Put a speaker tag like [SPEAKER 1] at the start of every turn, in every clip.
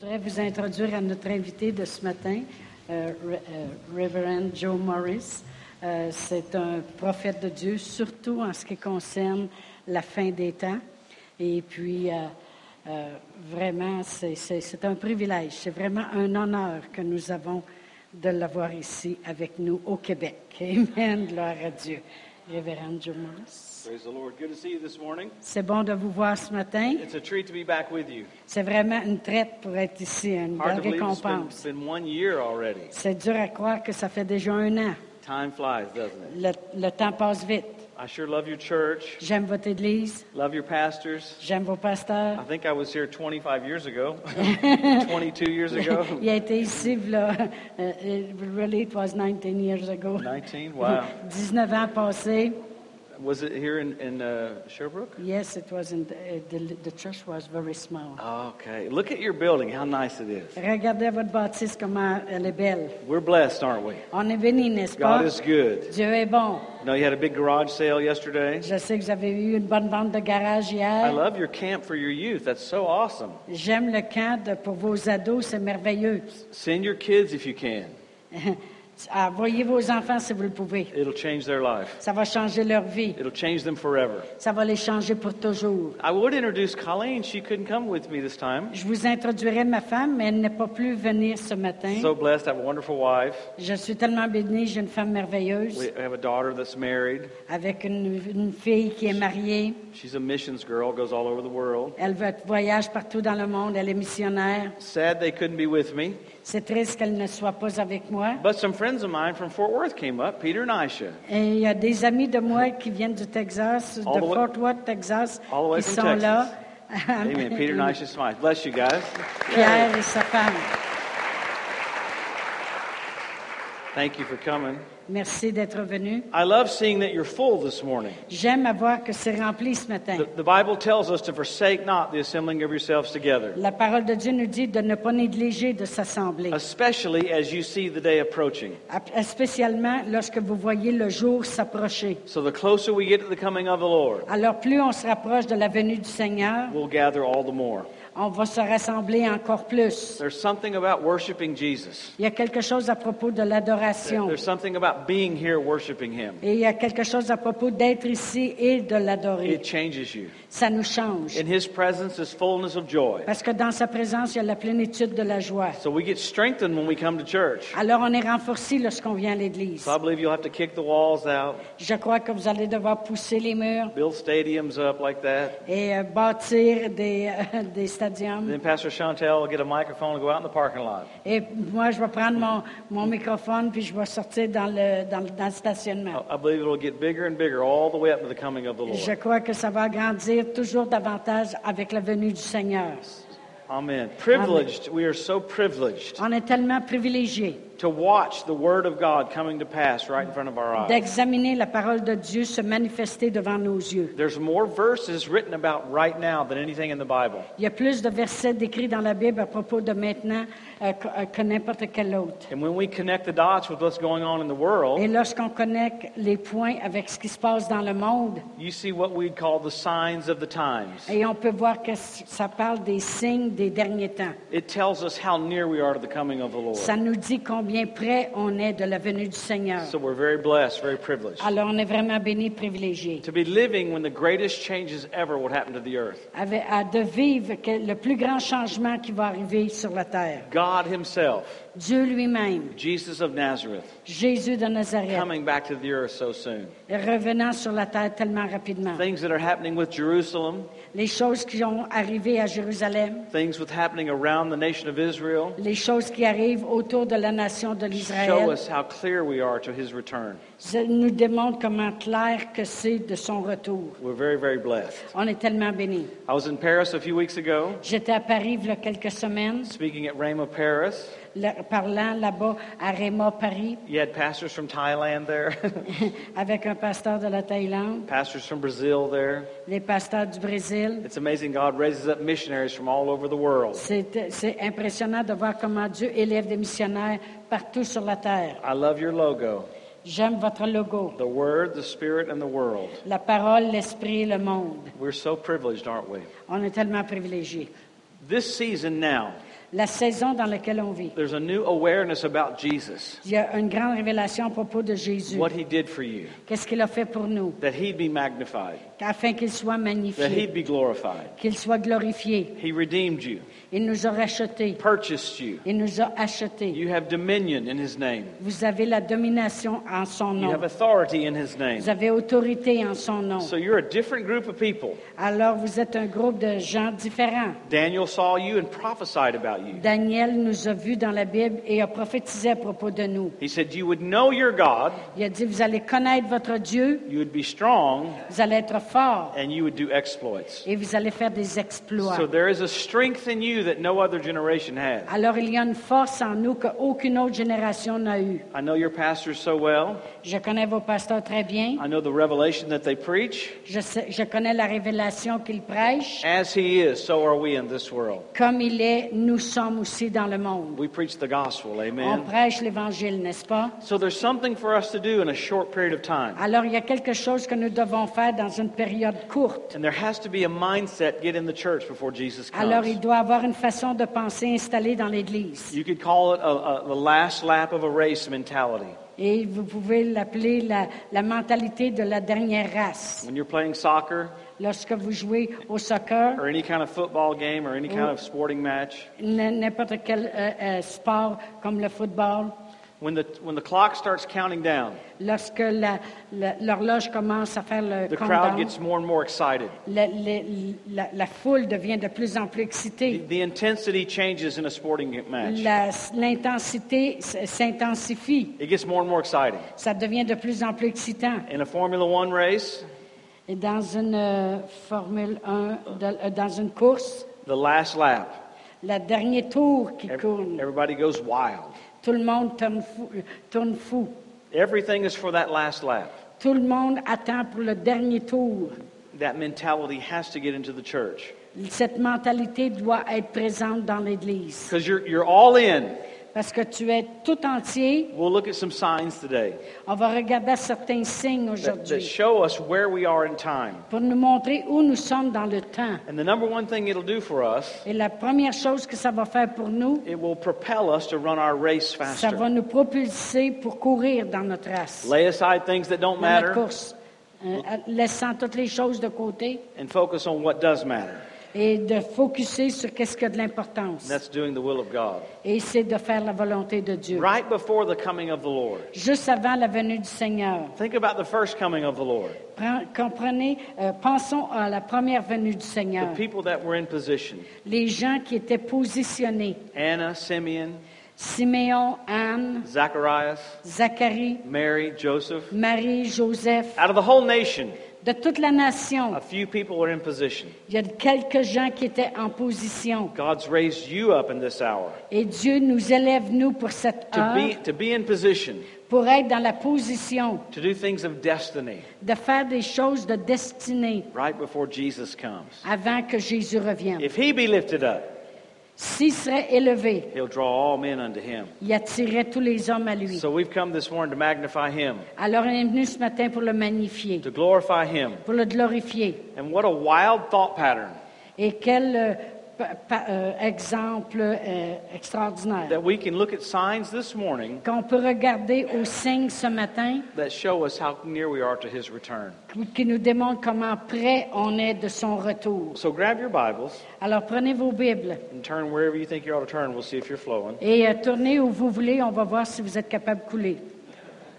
[SPEAKER 1] voudrais vous introduire à notre invité de ce matin, euh, Re- euh, Reverend Joe Morris. Euh, C'est un prophète de Dieu, surtout en ce qui concerne la fin des temps. Et puis, euh, euh, vraiment, c'est- c'est c'est un privilège, c'est vraiment un honneur que nous avons de l'avoir ici avec nous au Québec. Amen, gloire à Dieu. Révérend Joe Morris.
[SPEAKER 2] Praise the Lord. Good to see you this morning.
[SPEAKER 1] C'est bon de vous voir ce matin.
[SPEAKER 2] It's a treat to be back with you.
[SPEAKER 1] C'est vraiment une traite pour être ici, une
[SPEAKER 2] Hard
[SPEAKER 1] belle
[SPEAKER 2] to believe it's been,
[SPEAKER 1] récompense.
[SPEAKER 2] been one year already.
[SPEAKER 1] C'est dur à croire que ça fait déjà un an.
[SPEAKER 2] Time flies, doesn't it?
[SPEAKER 1] Le, le temps passe vite.
[SPEAKER 2] I sure love your church,
[SPEAKER 1] J'aime votre église,
[SPEAKER 2] love your pastors.
[SPEAKER 1] j'aime vos
[SPEAKER 2] I
[SPEAKER 1] pasteurs.
[SPEAKER 2] think I was here 25 years ago, 22 years ago,
[SPEAKER 1] Il a été ici, là, euh, really, it was 19 years ago.
[SPEAKER 2] 19. Wow.
[SPEAKER 1] 19 ans passés.
[SPEAKER 2] Was it here in, in uh, Sherbrooke?
[SPEAKER 1] Yes, it was in the, uh, the, the church was very small.
[SPEAKER 2] Okay. Look at your building, how nice it is.
[SPEAKER 1] Regardez votre bâtisse, comment elle est belle.
[SPEAKER 2] We're blessed, aren't we?
[SPEAKER 1] On est béni, n'est-ce pas?
[SPEAKER 2] God is good.
[SPEAKER 1] Dieu est bon.
[SPEAKER 2] No, you had a big garage sale yesterday.
[SPEAKER 1] Je sais que vous avez eu une bonne vente de garage
[SPEAKER 2] I
[SPEAKER 1] hier.
[SPEAKER 2] love your camp for your youth. That's so awesome.
[SPEAKER 1] J'aime le camp de- pour vos ados, c'est merveilleux.
[SPEAKER 2] Send your kids if you can.
[SPEAKER 1] Envoyez Ah, vos enfants si vous le pouvez.
[SPEAKER 2] It'll change their life.
[SPEAKER 1] Ça va changer leur vie.
[SPEAKER 2] It'll change them forever.
[SPEAKER 1] Ça va les changer pour toujours.
[SPEAKER 2] I would introduce Colleen. She couldn't come with me this time.
[SPEAKER 1] Je vous introduirai ma femme, mais elle n'est pas plus venir ce matin.
[SPEAKER 2] So blessed. I have a wonderful wife.
[SPEAKER 1] Je suis tellement bénie, j'ai une femme
[SPEAKER 2] We
[SPEAKER 1] merveilleuse
[SPEAKER 2] have a daughter that's married.
[SPEAKER 1] avec une, une fille qui est mariée.
[SPEAKER 2] She's a missions girl, goes all over the world.
[SPEAKER 1] Elle va- voyage partout dans le monde, elle est missionnaire.
[SPEAKER 2] Sad they couldn't be with me.
[SPEAKER 1] C'est triste qu'elle ne soit pas avec moi.
[SPEAKER 2] But some friends of mine from Fort Worth came up, Peter and Aisha.
[SPEAKER 1] Et il y a des amis de moi qui viennent du Texas, de
[SPEAKER 2] All the way-
[SPEAKER 1] Fort Worth, Texas,
[SPEAKER 2] All the way
[SPEAKER 1] qui
[SPEAKER 2] from
[SPEAKER 1] sont
[SPEAKER 2] Texas.
[SPEAKER 1] là.
[SPEAKER 2] Amen. Peter and Aisha Smythe. Bless you guys.
[SPEAKER 1] Pierre et sa femme.
[SPEAKER 2] Thank you for coming.
[SPEAKER 1] Merci d'être venu.
[SPEAKER 2] I love seeing that you're full this morning.
[SPEAKER 1] J'aime à voir que c'est rempli ce matin.
[SPEAKER 2] The, the Bible tells us to forsake not the assembling of yourselves together,
[SPEAKER 1] La parole de Dieu nous dit de ne pas négliger de s'assembler,
[SPEAKER 2] especially as you see the day approaching.
[SPEAKER 1] Ap- spécialement lorsque vous voyez le jour s'approcher.
[SPEAKER 2] So the closer we get to the coming of the Lord,
[SPEAKER 1] Alors plus on se rapproche de la venue du Seigneur,
[SPEAKER 2] we'll gather all the more.
[SPEAKER 1] on va se rassembler encore plus.
[SPEAKER 2] There's something about worshiping Jesus.
[SPEAKER 1] Il y a quelque chose à propos de l'adoration
[SPEAKER 2] There's something about being here worshiping Him.
[SPEAKER 1] et il y a quelque chose à propos d'être ici et de l'adorer.
[SPEAKER 2] It changes you.
[SPEAKER 1] Ça nous change
[SPEAKER 2] In His presence is fullness of joy.
[SPEAKER 1] parce que dans sa présence, il y a la plénitude de la joie.
[SPEAKER 2] So we get strengthened when we come to church.
[SPEAKER 1] Alors on est renforcé lorsqu'on vient à l'Église.
[SPEAKER 2] So I believe you'll have to kick the walls out,
[SPEAKER 1] Je crois que vous allez devoir pousser les murs
[SPEAKER 2] build stadiums up like that.
[SPEAKER 1] et euh, bâtir des, euh, des stadiums.
[SPEAKER 2] Then Pastor Chantel will get a microphone and go out in the parking lot.
[SPEAKER 1] Et moi, je vais prendre mon, mon microphone puis je vais sortir dans le, dans, le- dans le stationnement.
[SPEAKER 2] I I believe it'll get bigger and bigger all the way up to the coming of the
[SPEAKER 1] Je
[SPEAKER 2] Lord.
[SPEAKER 1] crois que ça va grandir toujours davantage avec la venue du Seigneur.
[SPEAKER 2] Amen. Privileged. We are so privileged
[SPEAKER 1] On est tellement privilégiés
[SPEAKER 2] to watch the Word of God coming to pass right in front of our eyes.
[SPEAKER 1] d'examiner la parole de Dieu se manifester devant nos yeux.
[SPEAKER 2] There's more verses written about right now than anything in the Bible.
[SPEAKER 1] Il y a plus de versets décrits dans la Bible à propos de maintenant euh, que, euh, que n'importe quel autre.
[SPEAKER 2] And when we connect the dots with what's going on in the world,
[SPEAKER 1] Et lorsqu'on connecte les points avec ce qui se passe dans le monde,
[SPEAKER 2] you see what we'd call the signs of the times.
[SPEAKER 1] et on peut voir que ça parle des signes des derniers temps.
[SPEAKER 2] It tells us how near we are to the coming of the Lord.
[SPEAKER 1] Ça nous dit combien près on est de la venue du Seigneur.
[SPEAKER 2] So we're very blessed, very privileged
[SPEAKER 1] Alors on est vraiment bénis, privilégiés.
[SPEAKER 2] to be living when the greatest changes ever would happen to the earth.
[SPEAKER 1] Avec- à de vivre que- le plus grand changement qui va arriver sur la terre.
[SPEAKER 2] God Himself,
[SPEAKER 1] Dieu lui-même,
[SPEAKER 2] Jesus of Nazareth,
[SPEAKER 1] Jésus de Nazareth,
[SPEAKER 2] coming back to the earth so soon.
[SPEAKER 1] revenant sur la terre tellement rapidement.
[SPEAKER 2] Things that are happening with Jerusalem,
[SPEAKER 1] Les choses qui ont arrivé à Jérusalem,
[SPEAKER 2] things with happening around the nation of Israel,
[SPEAKER 1] les choses qui arrivent autour de la nation de
[SPEAKER 2] show
[SPEAKER 1] l'Israël,
[SPEAKER 2] us how clear we are to His return.
[SPEAKER 1] ça nous démontre comment clair que c'est de son retour.
[SPEAKER 2] We're very, very blessed.
[SPEAKER 1] On est tellement bénis.
[SPEAKER 2] I was in Paris a few weeks ago,
[SPEAKER 1] J'étais à Paris il y a quelques semaines,
[SPEAKER 2] speaking at Rhema Paris.
[SPEAKER 1] le- parlant là-bas à Réma, Paris,
[SPEAKER 2] You had pastors from Thailand there,
[SPEAKER 1] avec un pasteur de la Thaïlande,
[SPEAKER 2] pastors from Brazil there.
[SPEAKER 1] les pasteurs du Brésil.
[SPEAKER 2] It's amazing God raises up missionaries from all over the world.
[SPEAKER 1] C'est c'est impressionnant de voir comment Dieu élève des missionnaires partout sur la terre.
[SPEAKER 2] I love your logo
[SPEAKER 1] J'aime votre logo,
[SPEAKER 2] the Word, the Spirit, and the world.
[SPEAKER 1] la parole, l'esprit, le monde.
[SPEAKER 2] We're so privileged, aren't we?
[SPEAKER 1] On est tellement privilégiés.
[SPEAKER 2] This season now,
[SPEAKER 1] la saison dans laquelle on vit.
[SPEAKER 2] There's a new awareness about Jesus,
[SPEAKER 1] Il y a une grande révélation à propos de Jésus.
[SPEAKER 2] what he did for you,
[SPEAKER 1] Qu'est-ce qu'il a fait pour nous?
[SPEAKER 2] that he'd be magnified,
[SPEAKER 1] Afin qu'il soit
[SPEAKER 2] that he'd
[SPEAKER 1] magnifié,
[SPEAKER 2] be glorified.
[SPEAKER 1] qu'il soit glorifié.
[SPEAKER 2] He redeemed you,
[SPEAKER 1] Il nous a rachetés.
[SPEAKER 2] purchased you.
[SPEAKER 1] Il nous a achetés.
[SPEAKER 2] You have dominion in his name.
[SPEAKER 1] Vous avez la domination en son
[SPEAKER 2] You
[SPEAKER 1] nom.
[SPEAKER 2] have authority in his name.
[SPEAKER 1] Vous avez autorité en son nom.
[SPEAKER 2] So you're a different group of people.
[SPEAKER 1] Alors vous êtes un groupe de gens différents.
[SPEAKER 2] Daniel saw you and prophesied about you.
[SPEAKER 1] Daniel nous a vus dans la Bible et a prophétisé à propos de nous.
[SPEAKER 2] He said, You would know your God,
[SPEAKER 1] Il a dit, vous allez connaître votre Dieu,
[SPEAKER 2] you would be strong,
[SPEAKER 1] vous allez être fort
[SPEAKER 2] and you would do exploits.
[SPEAKER 1] et vous allez faire des exploits.
[SPEAKER 2] So there is a strength in you that no other generation has.
[SPEAKER 1] Alors il y a une force en nous qu'aucune autre génération n'a eue.
[SPEAKER 2] I know your pastors so well.
[SPEAKER 1] Je connais vos pasteurs très bien.
[SPEAKER 2] I know the revelation that they preach.
[SPEAKER 1] Je, sais- je connais la révélation qu'ils prêchent.
[SPEAKER 2] As he is, so are we in this world.
[SPEAKER 1] Comme il est, nous sommes aussi dans le monde.
[SPEAKER 2] We preach the gospel,
[SPEAKER 1] On
[SPEAKER 2] amen.
[SPEAKER 1] prêche l'Évangile, n'est-ce pas?
[SPEAKER 2] So there's something for us to do in a short period of time.
[SPEAKER 1] Alors il y a quelque chose que nous devons faire dans une période courte.
[SPEAKER 2] And there has to be a mindset get in the church before Jesus
[SPEAKER 1] Alors il
[SPEAKER 2] comes.
[SPEAKER 1] doit avoir une façon de penser installée dans l'Église.
[SPEAKER 2] You could call it a, a, the last lap of a race mentality.
[SPEAKER 1] Et vous pouvez l'appeler la, la mentalité de la dernière race.
[SPEAKER 2] When you're playing soccer
[SPEAKER 1] Lorsque vous jouez au soccer,
[SPEAKER 2] or any kind of football game or any kind of sporting match,
[SPEAKER 1] n- n'importe quel euh, euh, sport comme le football,
[SPEAKER 2] when the, when the clock starts counting down,
[SPEAKER 1] lorsque la- la- l'horloge commence à faire le
[SPEAKER 2] the crowd
[SPEAKER 1] countdown,
[SPEAKER 2] gets more and more excited.
[SPEAKER 1] la, la- la- la foule devient de plus en plus
[SPEAKER 2] The,
[SPEAKER 1] excitée.
[SPEAKER 2] the intensity changes in a sporting match.
[SPEAKER 1] La- L'intensité s- s'intensifie.
[SPEAKER 2] It gets more and more exciting.
[SPEAKER 1] Ça devient de plus en plus excitant.
[SPEAKER 2] In a Formula One race,
[SPEAKER 1] Et dans une euh, Formule 1, de- euh, dans une course,
[SPEAKER 2] the last lap,
[SPEAKER 1] le dernier tour qui
[SPEAKER 2] ev-
[SPEAKER 1] courne,
[SPEAKER 2] everybody goes wild.
[SPEAKER 1] tout le monde tourne fou, euh, tourne fou.
[SPEAKER 2] Everything is for that last lap.
[SPEAKER 1] Tout le monde attend pour le dernier tour.
[SPEAKER 2] That mentality has to get into the church
[SPEAKER 1] Cette mentalité doit être présente dans l'Église.
[SPEAKER 2] because you're, you're all in.
[SPEAKER 1] Parce que tu es tout entier.
[SPEAKER 2] We'll look at some signs today
[SPEAKER 1] On va regarder certains signes
[SPEAKER 2] that, that
[SPEAKER 1] aujourd'hui
[SPEAKER 2] show us where we are in time.
[SPEAKER 1] pour nous montrer où nous sommes dans le temps.
[SPEAKER 2] And the number one thing it'll do for us,
[SPEAKER 1] Et la première chose que ça va faire pour nous,
[SPEAKER 2] it will propel us to run our race
[SPEAKER 1] ça va
[SPEAKER 2] faster.
[SPEAKER 1] nous propulser pour courir dans notre race.
[SPEAKER 2] Lay aside things that don't
[SPEAKER 1] dans notre
[SPEAKER 2] matter
[SPEAKER 1] course, euh, laissant toutes les choses de côté
[SPEAKER 2] and focus on what does matter.
[SPEAKER 1] et de focuser sur qu'est-ce qui a de l'importance.
[SPEAKER 2] That's doing the will of God.
[SPEAKER 1] Et c'est de faire la volonté de Dieu.
[SPEAKER 2] Right before the coming of the Lord.
[SPEAKER 1] Juste avant la venue du Seigneur,
[SPEAKER 2] Think about the first coming of the Lord.
[SPEAKER 1] Pren- comprenez, euh, pensons à la première venue du
[SPEAKER 2] The
[SPEAKER 1] Seigneur.
[SPEAKER 2] people that were in position
[SPEAKER 1] Les gens qui étaient positionnés,
[SPEAKER 2] Anna, Simeon,
[SPEAKER 1] Siméon, Anne,
[SPEAKER 2] Zacharias,
[SPEAKER 1] Zacharie,
[SPEAKER 2] Mary, Joseph.
[SPEAKER 1] Marie, Joseph,
[SPEAKER 2] Out of the whole nation,
[SPEAKER 1] de toute la nation,
[SPEAKER 2] a few people were in position.
[SPEAKER 1] il y a quelques gens qui étaient en position.
[SPEAKER 2] God's raised you up in this hour
[SPEAKER 1] Et Dieu nous élève, nous, pour cette
[SPEAKER 2] to
[SPEAKER 1] heure,
[SPEAKER 2] be, to be in position
[SPEAKER 1] pour être dans la position
[SPEAKER 2] to do things of destiny
[SPEAKER 1] de faire des choses de destinée
[SPEAKER 2] right before Jesus comes.
[SPEAKER 1] avant que Jésus revienne.
[SPEAKER 2] If he be lifted up,
[SPEAKER 1] S'il serait élevé,
[SPEAKER 2] he'll draw all men unto him.
[SPEAKER 1] il attirerait tous les hommes à lui.
[SPEAKER 2] So we've come this morning to magnify him,
[SPEAKER 1] Alors il est venu ce matin pour le magnifier,
[SPEAKER 2] to glorify him.
[SPEAKER 1] pour le glorifier.
[SPEAKER 2] And what a wild thought pattern
[SPEAKER 1] Et quel euh, pa- pa- euh, exemple euh, extraordinaire.
[SPEAKER 2] that we can look at signs this morning
[SPEAKER 1] Qu'on peut regarder aux signes ce matin
[SPEAKER 2] that show us how near we are to his return.
[SPEAKER 1] qui nous démontrent comment près on est de son retour.
[SPEAKER 2] So grab your Bibles
[SPEAKER 1] Alors prenez vos Bibles
[SPEAKER 2] and turn wherever you think you ought to turn. We'll see if you're flowing.
[SPEAKER 1] et euh, tournez où vous voulez. On va voir si vous êtes capable de couler.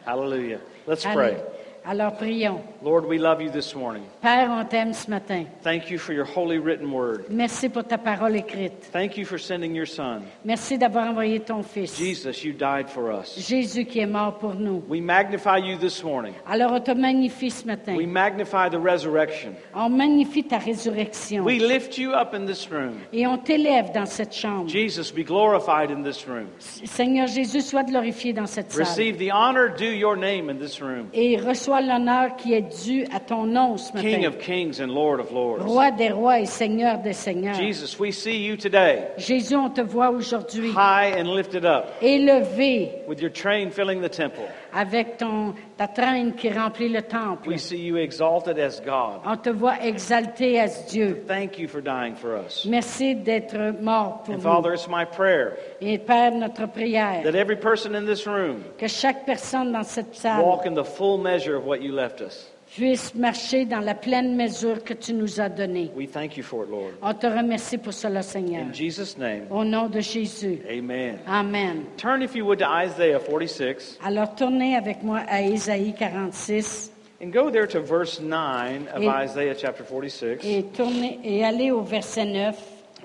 [SPEAKER 2] Hallelujah. Let's
[SPEAKER 1] Allez.
[SPEAKER 2] pray.
[SPEAKER 1] Alors prions.
[SPEAKER 2] Lord, we love you this morning.
[SPEAKER 1] Père, on t'aime ce matin.
[SPEAKER 2] Thank you for your holy written word.
[SPEAKER 1] Merci pour ta parole écrite.
[SPEAKER 2] Thank you for sending your son.
[SPEAKER 1] Merci d'avoir envoyé ton Fils,
[SPEAKER 2] Jesus, you died for us.
[SPEAKER 1] Jésus qui est mort pour nous.
[SPEAKER 2] We magnify you this morning.
[SPEAKER 1] Alors on te magnifie ce matin.
[SPEAKER 2] We magnify the resurrection.
[SPEAKER 1] On magnifie ta résurrection.
[SPEAKER 2] We lift you up in this room.
[SPEAKER 1] Et on t'élève dans cette chambre.
[SPEAKER 2] Jesus, be glorified in this room.
[SPEAKER 1] Seigneur Jésus, sois glorifié dans cette salle.
[SPEAKER 2] Receive the honor due your name in this room.
[SPEAKER 1] Et reçois l'honneur qui est dû à ton nom ce
[SPEAKER 2] King
[SPEAKER 1] matin.
[SPEAKER 2] of kings and Lord of lords.
[SPEAKER 1] Roi des rois et Seigneur des seigneurs.
[SPEAKER 2] Jesus, we see you today,
[SPEAKER 1] Jésus, on te voit aujourd'hui
[SPEAKER 2] high and lifted up,
[SPEAKER 1] élevé
[SPEAKER 2] with your train filling the temple.
[SPEAKER 1] avec ton, ta traîne qui remplit le temple.
[SPEAKER 2] We see you exalted as God.
[SPEAKER 1] On te voit exalté à ce Dieu.
[SPEAKER 2] Thank you for dying for us.
[SPEAKER 1] Merci d'être mort pour
[SPEAKER 2] And
[SPEAKER 1] nous.
[SPEAKER 2] Father, it's my prayer
[SPEAKER 1] Et Père, notre prière,
[SPEAKER 2] that every person in this room
[SPEAKER 1] que chaque personne dans cette salle
[SPEAKER 2] walk in the full measure of what you left us.
[SPEAKER 1] puisse marcher dans la pleine mesure que tu nous as donnée.
[SPEAKER 2] We thank you for it, Lord.
[SPEAKER 1] On te remercie pour cela, Seigneur.
[SPEAKER 2] In Jesus' name,
[SPEAKER 1] Au nom de Jésus.
[SPEAKER 2] amen.
[SPEAKER 1] Amen.
[SPEAKER 2] Turn, if you would, to Isaiah 46
[SPEAKER 1] Alors tournez avec moi à Ésaïe 46
[SPEAKER 2] and go there to verse 9 of
[SPEAKER 1] Et-
[SPEAKER 2] Isaiah chapter 46.
[SPEAKER 1] et tournez et allez au verset 9.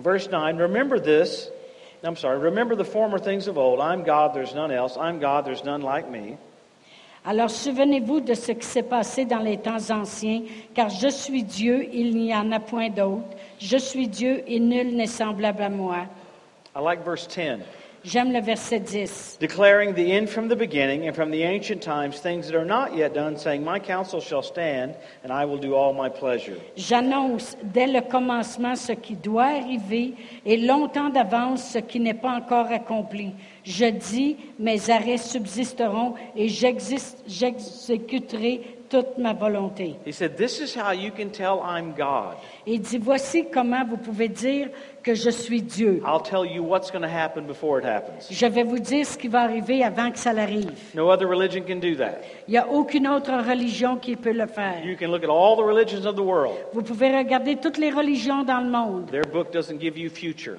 [SPEAKER 2] Verse 9 Remember this. I'm sorry. Remember the former things of old. I'm God, there's none else. I'm God, there's none like me.
[SPEAKER 1] Alors souvenez-vous de ce qui s'est passé dans les temps anciens, car je suis Dieu, il n'y en a point d'autre. Je suis Dieu et nul n'est semblable à moi.
[SPEAKER 2] I like verse 10.
[SPEAKER 1] J'aime le verset 10.
[SPEAKER 2] Declaring the end from the beginning and from the ancient times things that are not yet done, saying, My counsel shall stand, and I will do all my pleasure.
[SPEAKER 1] J'annonce dès le commencement ce qui doit arriver et longtemps d'avance ce qui n'est pas encore accompli. Je dis, mes arrêts subsisteront et j'existe- j'exécuterai toute ma volonté.
[SPEAKER 2] He said, This is how you can tell I'm God.
[SPEAKER 1] Il dit, voici comment vous pouvez dire que je suis Dieu.
[SPEAKER 2] I'll tell you what's going to happen before it happens.
[SPEAKER 1] Je vais vous dire ce qui va arriver avant que ça l'arrive.
[SPEAKER 2] No other religion can do that.
[SPEAKER 1] Il n'y a aucune autre religion qui peut le faire.
[SPEAKER 2] You can look at all the religions of the world.
[SPEAKER 1] Vous pouvez regarder toutes les religions dans le monde.
[SPEAKER 2] Their book doesn't give you future.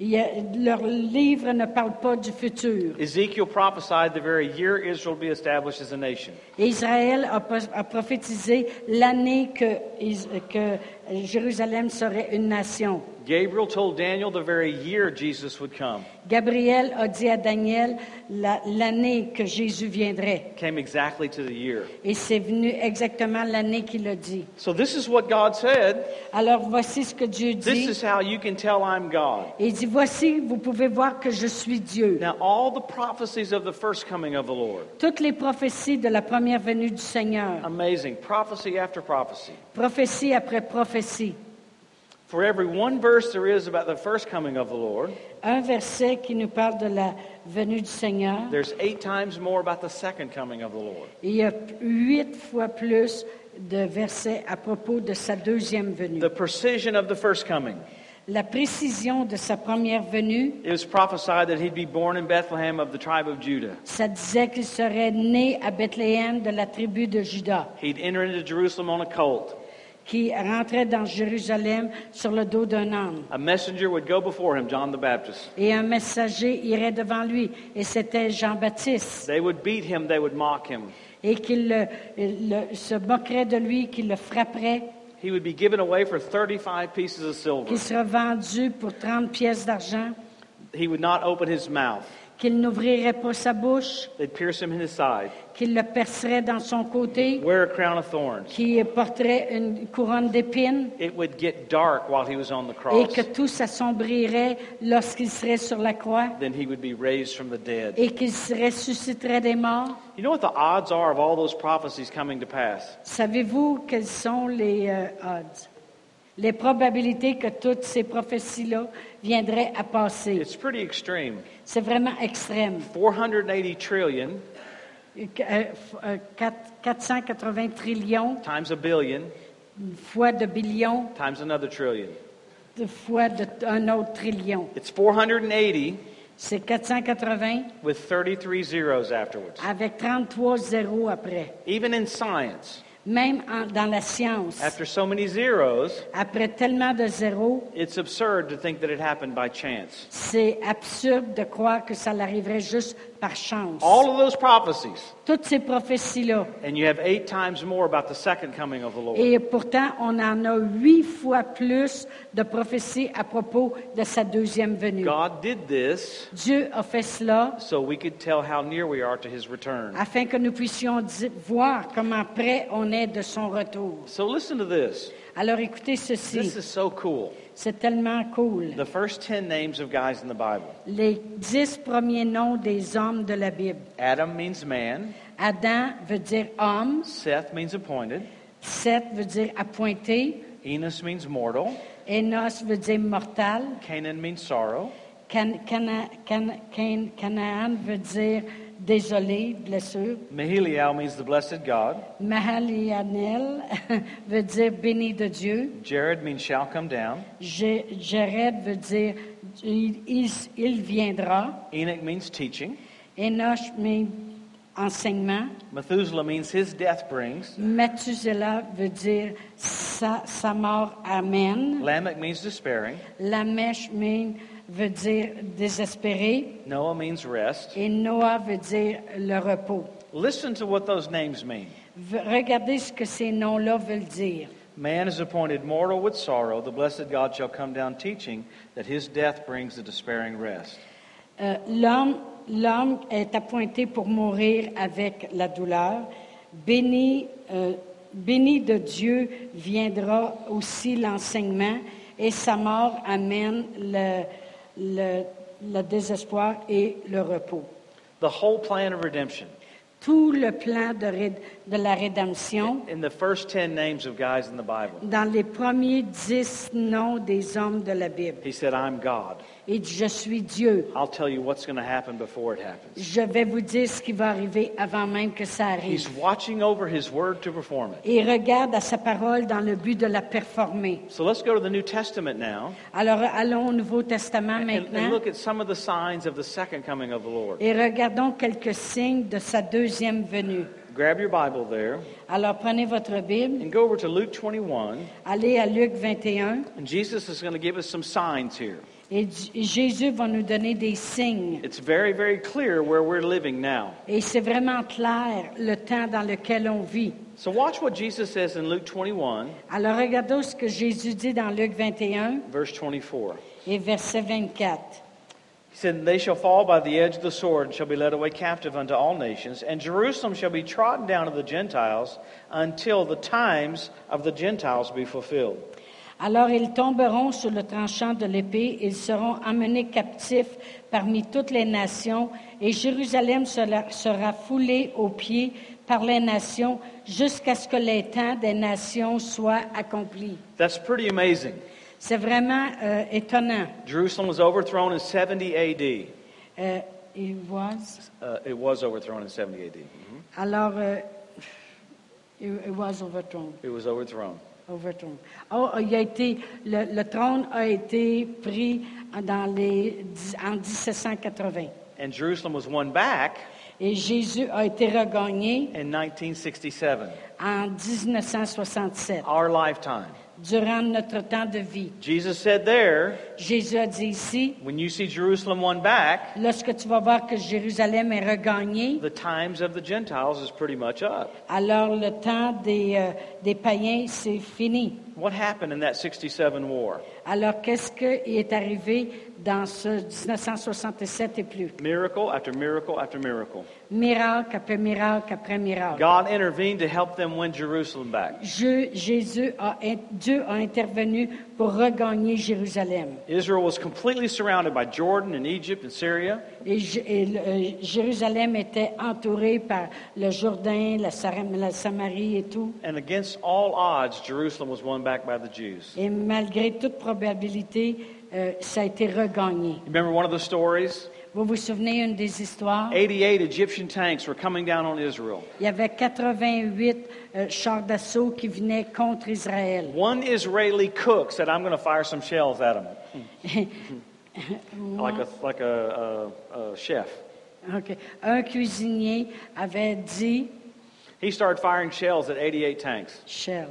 [SPEAKER 1] Il y a- leurs livres ne parlent pas du futur.
[SPEAKER 2] Ezekiel prophesied the very year Israel would be established as a nation.
[SPEAKER 1] Et Israël a, pos- a prophétisé l'année que, Is- que Jérusalem serait une nation.
[SPEAKER 2] Gabriel told Daniel the very year Jesus would come.
[SPEAKER 1] Gabriel a dit à Daniel la- l'année que Jésus viendrait.
[SPEAKER 2] Came exactly to the year.
[SPEAKER 1] Et c'est venu exactement l'année qu'il a dit.
[SPEAKER 2] So this is what God said.
[SPEAKER 1] Alors voici ce que Dieu
[SPEAKER 2] This
[SPEAKER 1] dit.
[SPEAKER 2] is how you can tell I'm God.
[SPEAKER 1] Il dit, voici, vous pouvez voir que je suis Dieu.
[SPEAKER 2] Now all the prophecies of the first coming of the Lord.
[SPEAKER 1] Toutes les prophéties de la première venue du Seigneur,
[SPEAKER 2] Amazing. Prophecy after prophecy.
[SPEAKER 1] prophétie après prophétie.
[SPEAKER 2] For every one verse there is about the first coming of the Lord,
[SPEAKER 1] Un verset qui nous parle de la venue du Seigneur.
[SPEAKER 2] there's eight times more about the second coming of the Lord.
[SPEAKER 1] Il y a huit fois plus de versets à propos de sa deuxième venue.
[SPEAKER 2] The precision of the first coming.
[SPEAKER 1] La précision de sa première venue,
[SPEAKER 2] It was prophesied that he'd be born in Bethlehem of the tribe of Judah.
[SPEAKER 1] ça disait qu'il serait né à Bethléem de la tribu de Juda,
[SPEAKER 2] He'd enter into Jerusalem on a colt.
[SPEAKER 1] qui rentrait dans Jérusalem sur le dos d'un âne.
[SPEAKER 2] A messenger would go before him, John the Baptist.
[SPEAKER 1] Et un messager irait devant lui, et c'était Jean-Baptiste,
[SPEAKER 2] They would beat him, they would mock him.
[SPEAKER 1] et qu'il le- il le- se moquerait de lui, qu'il le frapperait,
[SPEAKER 2] He would be given away for 35 pieces of
[SPEAKER 1] qu'il
[SPEAKER 2] silver.
[SPEAKER 1] serait vendu pour 30 pièces d'argent,
[SPEAKER 2] He would not open his mouth.
[SPEAKER 1] qu'il n'ouvrirait pas sa bouche,
[SPEAKER 2] They'd pierce him in his side,
[SPEAKER 1] qu'il le percerait dans son côté,
[SPEAKER 2] wear a crown of thorns.
[SPEAKER 1] qui porterait une couronne d'épines
[SPEAKER 2] It would get dark while he was on
[SPEAKER 1] et
[SPEAKER 2] the cross.
[SPEAKER 1] que tout s'assombrirait lorsqu'il serait sur la croix
[SPEAKER 2] Then he would be raised from the dead.
[SPEAKER 1] et qu'il se ressusciterait des morts.
[SPEAKER 2] You know what the odds are of all those prophecies coming to pass?
[SPEAKER 1] Savez-vous quelles sont les euh, odds? Les probabilités que toutes ces prophéties-là viendraient à passer.
[SPEAKER 2] It's pretty extreme.
[SPEAKER 1] C'est vraiment extrême.
[SPEAKER 2] 480 trillion
[SPEAKER 1] Euh, qu- euh, f- euh, quatre- 480 trillions
[SPEAKER 2] times a billion
[SPEAKER 1] fois de billions
[SPEAKER 2] times another trillion.
[SPEAKER 1] de fois de t- un autre trillion.
[SPEAKER 2] It's 480
[SPEAKER 1] C'est 480
[SPEAKER 2] with 33 zeros afterwards.
[SPEAKER 1] avec 33 zéros après.
[SPEAKER 2] Even in science,
[SPEAKER 1] Même en- dans la science,
[SPEAKER 2] after so many zeros,
[SPEAKER 1] après tellement de zéros,
[SPEAKER 2] it's absurd to think that it happened by chance.
[SPEAKER 1] c'est absurde de croire que ça l'arriverait juste par chance.
[SPEAKER 2] All of those prophecies,
[SPEAKER 1] Toutes ces prophéties-là.
[SPEAKER 2] and you have eight times more about the second coming of the Lord.
[SPEAKER 1] Et pourtant, on en a huit fois plus de prophéties à propos de sa deuxième venue.
[SPEAKER 2] God did this
[SPEAKER 1] Dieu a fait cela
[SPEAKER 2] so we could tell how near we are to his return.
[SPEAKER 1] afin que nous puissions di- voir comment près on est de son retour.
[SPEAKER 2] So listen to this.
[SPEAKER 1] Alors écoutez ceci,
[SPEAKER 2] This is so cool.
[SPEAKER 1] c'est tellement cool.
[SPEAKER 2] The first 10 names of guys in the Bible.
[SPEAKER 1] Les dix premiers noms des hommes de la Bible.
[SPEAKER 2] Adam means man,
[SPEAKER 1] Adam veut dire homme,
[SPEAKER 2] Seth means appointed,
[SPEAKER 1] Seth veut dire appointé,
[SPEAKER 2] Enos means mortal,
[SPEAKER 1] Enos veut dire mortal,
[SPEAKER 2] Canaan means sorrow,
[SPEAKER 1] Can- Cana- Can- Can- Canaan veut dire désolé, blessure.
[SPEAKER 2] Mahiliel means the blessed God.
[SPEAKER 1] Mahalianel veut dire béni de Dieu.
[SPEAKER 2] Jared means shall come down.
[SPEAKER 1] Jé- Jéred veut dire il, il- il viendra.
[SPEAKER 2] Enoch means teaching.
[SPEAKER 1] Enoch mean enseignement.
[SPEAKER 2] Methuselah means his death brings.
[SPEAKER 1] Methuselah veut dire sa, sa mort amène.
[SPEAKER 2] Lamech means despairing.
[SPEAKER 1] Lamech mean veut dire désespéré.
[SPEAKER 2] Noah means rest.
[SPEAKER 1] Et Noah veut dire le repos.
[SPEAKER 2] Listen to what those names mean.
[SPEAKER 1] V- Regardez ce que ces noms-là veulent dire.
[SPEAKER 2] Man is appointed mortal with sorrow. The blessed God shall come down teaching that his death brings the despairing rest.
[SPEAKER 1] Euh, l'homme, l'homme est appointé pour mourir avec la douleur. Béni, euh, béni de Dieu viendra aussi l'enseignement et sa mort amène le, le- le désespoir et le repos.
[SPEAKER 2] The whole plan of redemption
[SPEAKER 1] Tout le plan de, ré- de la rédemption
[SPEAKER 2] in the first 10 names of guys in the Bible.
[SPEAKER 1] dans les premiers dix noms des hommes de la Bible.
[SPEAKER 2] He said, I'm God.
[SPEAKER 1] Et je suis Dieu.
[SPEAKER 2] I'll tell you what's going to happen before it happens.
[SPEAKER 1] Je vais vous dire ce qui va arriver avant même que ça arrive.
[SPEAKER 2] He's watching over his word to perform it.
[SPEAKER 1] et regarde à sa parole dans le but de la performer.
[SPEAKER 2] So let's go to the New Testament now
[SPEAKER 1] Alors allons au Nouveau Testament
[SPEAKER 2] and, and
[SPEAKER 1] maintenant
[SPEAKER 2] look at some of the signs of the second coming of the Lord.
[SPEAKER 1] et regardons quelques signes de sa deuxième venue.
[SPEAKER 2] Grab your Bible there
[SPEAKER 1] Alors prenez votre Bible,
[SPEAKER 2] and go over to Luke 21.
[SPEAKER 1] allez à Luc 21
[SPEAKER 2] And Jesus is going to give us some signs here.
[SPEAKER 1] et J- et Jésus va nous donner des signes.
[SPEAKER 2] It's very, very clear where we're living now.
[SPEAKER 1] Et c'est vraiment clair le temps dans lequel on vit.
[SPEAKER 2] So watch what Jesus says in Luke 21,
[SPEAKER 1] Alors regardons ce que Jésus dit dans Luc 21
[SPEAKER 2] verse 24.
[SPEAKER 1] et verset 24.
[SPEAKER 2] He said, "And They shall fall by the edge of the sword and shall be led away captive unto all nations, and Jerusalem shall be trodden down of the Gentiles until the times of the Gentiles be fulfilled.
[SPEAKER 1] Alors ils tomberont sur le tranchant de l'épée, ils seront emmenés captifs parmi toutes les nations, et Jérusalem sera, sera foulée aux pieds par les nations jusqu'à ce que les temps des nations soient accomplis.
[SPEAKER 2] That's pretty amazing.
[SPEAKER 1] C'est vraiment euh, étonnant.
[SPEAKER 2] Jerusalem was overthrown in 70 AD.
[SPEAKER 1] Euh, it was-
[SPEAKER 2] Uh, it was overthrown in 70 AD. Mhm.
[SPEAKER 1] alors, euh, it, it was overthrown,
[SPEAKER 2] It was overthrown.
[SPEAKER 1] overthrown. Oh, il a été, le, le trône a été pris dans les, en 1780.
[SPEAKER 2] And Jerusalem was won back
[SPEAKER 1] Et Jésus a été regagné
[SPEAKER 2] in 1967,
[SPEAKER 1] en 1967,
[SPEAKER 2] our lifetime.
[SPEAKER 1] durant notre temps de vie.
[SPEAKER 2] Jesus said there,
[SPEAKER 1] Jésus a dit ici,
[SPEAKER 2] when you see Jerusalem won back,
[SPEAKER 1] lorsque tu vas voir que Jérusalem est regagnée,
[SPEAKER 2] the times of the Gentiles is pretty much up.
[SPEAKER 1] alors le temps des, euh, des païens, c'est fini.
[SPEAKER 2] What happened in that 67 war?
[SPEAKER 1] Alors qu'est-ce qui est arrivé dans ce 1967 et plus?
[SPEAKER 2] Miracle after miracle after miracle.
[SPEAKER 1] Miracle après miracle après miracle.
[SPEAKER 2] God intervened to help them win Jerusalem back.
[SPEAKER 1] Je- Jésus a in- Dieu a intervenu pour regagner Jérusalem.
[SPEAKER 2] Israel was completely surrounded by Jordan and Egypt and Syria.
[SPEAKER 1] Et, J- et le- euh, Jérusalem était entourée par le Jourdain, la, Saram- la Samarie et tout.
[SPEAKER 2] And against all odds, Jerusalem was won back by the Jews.
[SPEAKER 1] Et malgré toute probabilité, euh, ça a été regagné.
[SPEAKER 2] You remember one of the stories?
[SPEAKER 1] Vous vous souvenez une des histoires?
[SPEAKER 2] 88 Egyptian tanks were coming down on Israel.
[SPEAKER 1] Il y avait 88 euh, chars d'assaut qui venaient contre Israël.
[SPEAKER 2] One Israeli cook said, I'm going to fire some shells at them. Like a, like a, a, a chef.
[SPEAKER 1] OK. Un cuisinier avait dit,
[SPEAKER 2] He started firing shells at 88 tanks,
[SPEAKER 1] Shell,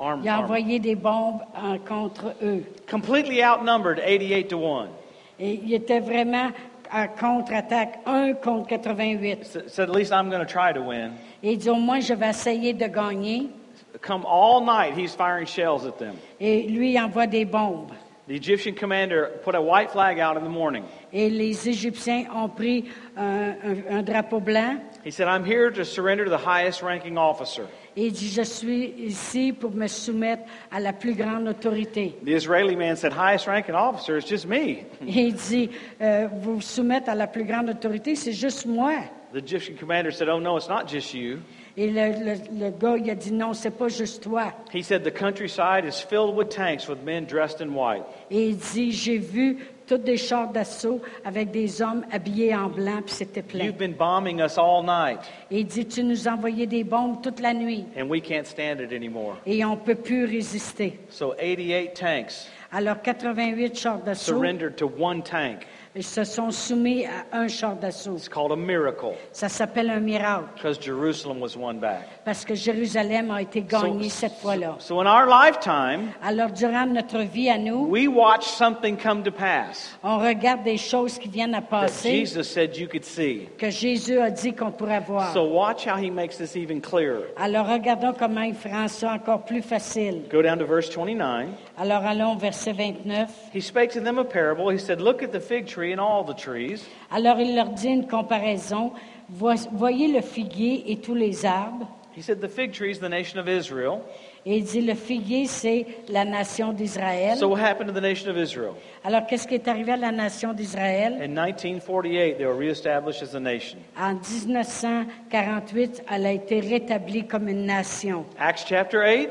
[SPEAKER 2] armed,
[SPEAKER 1] il a
[SPEAKER 2] armed.
[SPEAKER 1] envoyé des bombes euh, contre eux.
[SPEAKER 2] completely outnumbered 88 to 1.
[SPEAKER 1] Et il était vraiment en contre-attaque, un contre 88.
[SPEAKER 2] S- Said, at least I'm going to try to win.
[SPEAKER 1] Et il dit, au moins, je vais essayer de gagner.
[SPEAKER 2] Come all night, he's firing shells at them.
[SPEAKER 1] Et lui il envoie des bombes.
[SPEAKER 2] The Egyptian commander put a white flag out in the morning.
[SPEAKER 1] Et les Égyptiens ont pris un, un- un drapeau blanc
[SPEAKER 2] He said, I'm here to surrender to the highest ranking officer.
[SPEAKER 1] et il dit, je suis ici pour me soumettre à la plus grande autorité.
[SPEAKER 2] The Israeli man said, Highest ranking officer, it's just me.
[SPEAKER 1] Et il dit, Euh, vous vous soumettre à la plus grande autorité, c'est juste moi.
[SPEAKER 2] The Egyptian commander said, Oh, no, it's not just you.
[SPEAKER 1] Et le, le- le gars, il a dit non, c'est pas juste toi.
[SPEAKER 2] He said, The countryside is filled with tanks with men dressed in white.
[SPEAKER 1] Et il dit j'ai vu toutes des chars d'assaut avec des hommes habillés en blanc, puis c'était plein.
[SPEAKER 2] You've been bombing us all night,
[SPEAKER 1] Et il dit tu nous envoyais des bombes toute la nuit
[SPEAKER 2] and we can't stand it anymore.
[SPEAKER 1] et on peut plus résister.
[SPEAKER 2] So 88 tanks
[SPEAKER 1] Alors 88 chars d'assaut
[SPEAKER 2] surrendered to one tank.
[SPEAKER 1] ils se sont soumis à un char d'assaut.
[SPEAKER 2] It's called a miracle
[SPEAKER 1] Ça s'appelle un miracle
[SPEAKER 2] because Jerusalem was won back.
[SPEAKER 1] parce que Jérusalem a été gagnée cette fois-là.
[SPEAKER 2] So in our lifetime,
[SPEAKER 1] Alors durant notre vie à nous,
[SPEAKER 2] we watch something come to pass
[SPEAKER 1] on regarde des choses qui viennent à
[SPEAKER 2] that
[SPEAKER 1] passer
[SPEAKER 2] Jesus said you could see.
[SPEAKER 1] que Jésus a dit qu'on pourrait voir.
[SPEAKER 2] So watch how he makes this even clearer.
[SPEAKER 1] Alors regardons comment il fera ça encore plus facile.
[SPEAKER 2] Go down to verse 29.
[SPEAKER 1] Alors allons au verset 29.
[SPEAKER 2] He spake to them a parable. He said, Look at the fig tree and all the trees.
[SPEAKER 1] Alors il leur dit une comparaison. Vo- Voyez le figuier et tous les arbres.
[SPEAKER 2] He said, The fig tree is the nation of Israel.
[SPEAKER 1] Et il dit, le figuier, c'est la nation d'Israël.
[SPEAKER 2] So what happened to the nation of Israel?
[SPEAKER 1] Alors qu'est-ce qui est arrivé à la nation d'Israël?
[SPEAKER 2] In 1948, they were reestablished as a nation.
[SPEAKER 1] En 1948, elle a été rétablie comme une nation.
[SPEAKER 2] Acts chapter 8,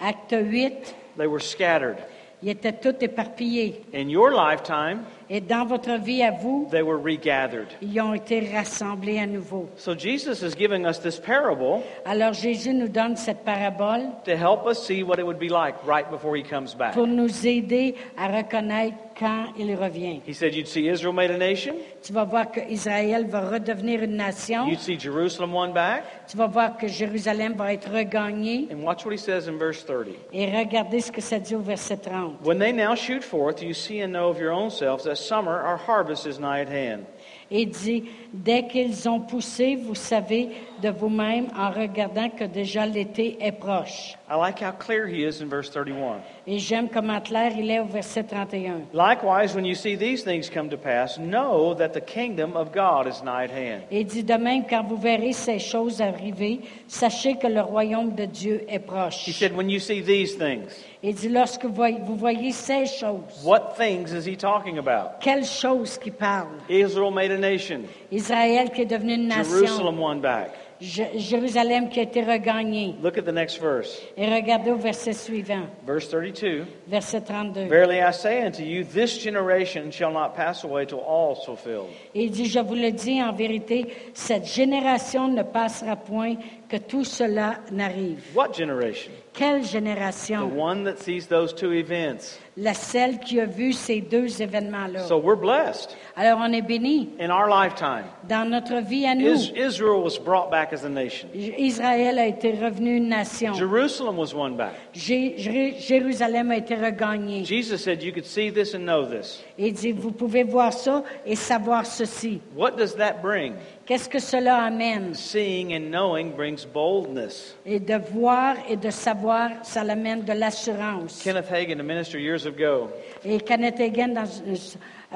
[SPEAKER 1] Acte 8,
[SPEAKER 2] they were scattered.
[SPEAKER 1] ils étaient tous éparpillés.
[SPEAKER 2] In your lifetime,
[SPEAKER 1] Et dans votre vie à vous,
[SPEAKER 2] they were regathered.
[SPEAKER 1] ils ont été rassemblés à nouveau.
[SPEAKER 2] So Jesus is giving us this parable
[SPEAKER 1] Alors Jésus nous donne cette parabole
[SPEAKER 2] to help us see what it would be like right before he comes back.
[SPEAKER 1] pour nous aider à reconnaître quand il revient.
[SPEAKER 2] He said, You'd see Israel made a nation,
[SPEAKER 1] Tu vas voir que Israël va redevenir une nation.
[SPEAKER 2] you'd see Jerusalem won back.
[SPEAKER 1] Tu vas voir que Jérusalem va être regagnée.
[SPEAKER 2] And watch what he says in verse 30.
[SPEAKER 1] Et regardez ce que ça dit au verset 30.
[SPEAKER 2] When they now shoot forth, you see and know of your own selves that summer or harvest is nigh at hand.
[SPEAKER 1] Et dit, dès qu'ils ont poussé, vous savez de vous-même en regardant que déjà l'été est proche.
[SPEAKER 2] I like how clear he is in verse 31.
[SPEAKER 1] Et j'aime comment clair il est au verset 31.
[SPEAKER 2] Likewise, when you see these things come to pass, know that the kingdom of God is nigh at hand.
[SPEAKER 1] Et dit de même, quand vous verrez ces choses arriver, sachez que le royaume de Dieu est
[SPEAKER 2] He
[SPEAKER 1] proche.
[SPEAKER 2] said, When you see these things,
[SPEAKER 1] Et dit, lorsque vous voyez, vous voyez ces choses,
[SPEAKER 2] what things is he talking about?
[SPEAKER 1] quelles choses qui parlent?
[SPEAKER 2] Israel made a nation,
[SPEAKER 1] Israël qui est devenue une nation,
[SPEAKER 2] Jerusalem won back.
[SPEAKER 1] Jé- Jérusalem qui a été regagnée.
[SPEAKER 2] Look at the next verse,
[SPEAKER 1] Et regardez au verset suivant,
[SPEAKER 2] verse 32.
[SPEAKER 1] verset 32.
[SPEAKER 2] Verily I say unto you, this generation shall not pass away till all is fulfilled.
[SPEAKER 1] Et il dit, je vous le dis en vérité, cette génération ne passera point que tout cela n'arrive.
[SPEAKER 2] What generation?
[SPEAKER 1] Quelle
[SPEAKER 2] The
[SPEAKER 1] génération?
[SPEAKER 2] one that sees those two events.
[SPEAKER 1] La celle qui a vu ces deux événements-là.
[SPEAKER 2] So we're blessed
[SPEAKER 1] Alors on est béni
[SPEAKER 2] in our lifetime.
[SPEAKER 1] dans notre vie à nous.
[SPEAKER 2] Is- Israel was brought back as a nation.
[SPEAKER 1] Israël a été revenu une nation.
[SPEAKER 2] Jerusalem was won back.
[SPEAKER 1] Jé- Jé- Jérusalem a été regagnée.
[SPEAKER 2] Jesus said you could see this and know this.
[SPEAKER 1] Et dit, vous pouvez voir ça et savoir ceci.
[SPEAKER 2] What does that bring?
[SPEAKER 1] Qu'est-ce que cela amène?
[SPEAKER 2] Seeing and knowing brings boldness.
[SPEAKER 1] Et de voir et de savoir, ça l'amène de l'assurance.
[SPEAKER 2] Kenneth Hagin, a minister years ago,
[SPEAKER 1] Et Kenneth Hagin, dans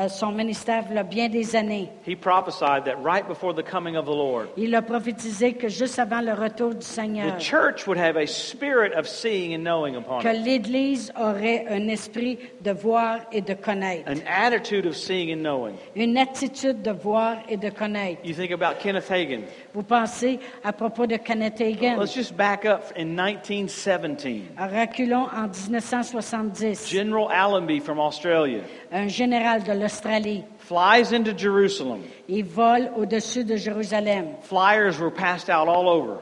[SPEAKER 1] euh, son ministère, il y a bien des années,
[SPEAKER 2] he prophesied that right before the coming of the Lord,
[SPEAKER 1] il a prophétisé que juste avant le retour du
[SPEAKER 2] the
[SPEAKER 1] Seigneur,
[SPEAKER 2] church would have a spirit of seeing and knowing upon
[SPEAKER 1] que
[SPEAKER 2] it,
[SPEAKER 1] l'Église aurait un esprit de voir et de connaître,
[SPEAKER 2] an attitude of seeing and knowing.
[SPEAKER 1] une attitude de voir et de connaître.
[SPEAKER 2] You think about Kenneth Hagin.
[SPEAKER 1] Vous pensez à propos de Kenneth Hagin,
[SPEAKER 2] Let's just back up in 1917.
[SPEAKER 1] reculons en 1970,
[SPEAKER 2] General Allenby from Australia
[SPEAKER 1] un général de l'Australie,
[SPEAKER 2] flies into Jerusalem.
[SPEAKER 1] il vole au-dessus de Jérusalem
[SPEAKER 2] Flyers were passed out all over.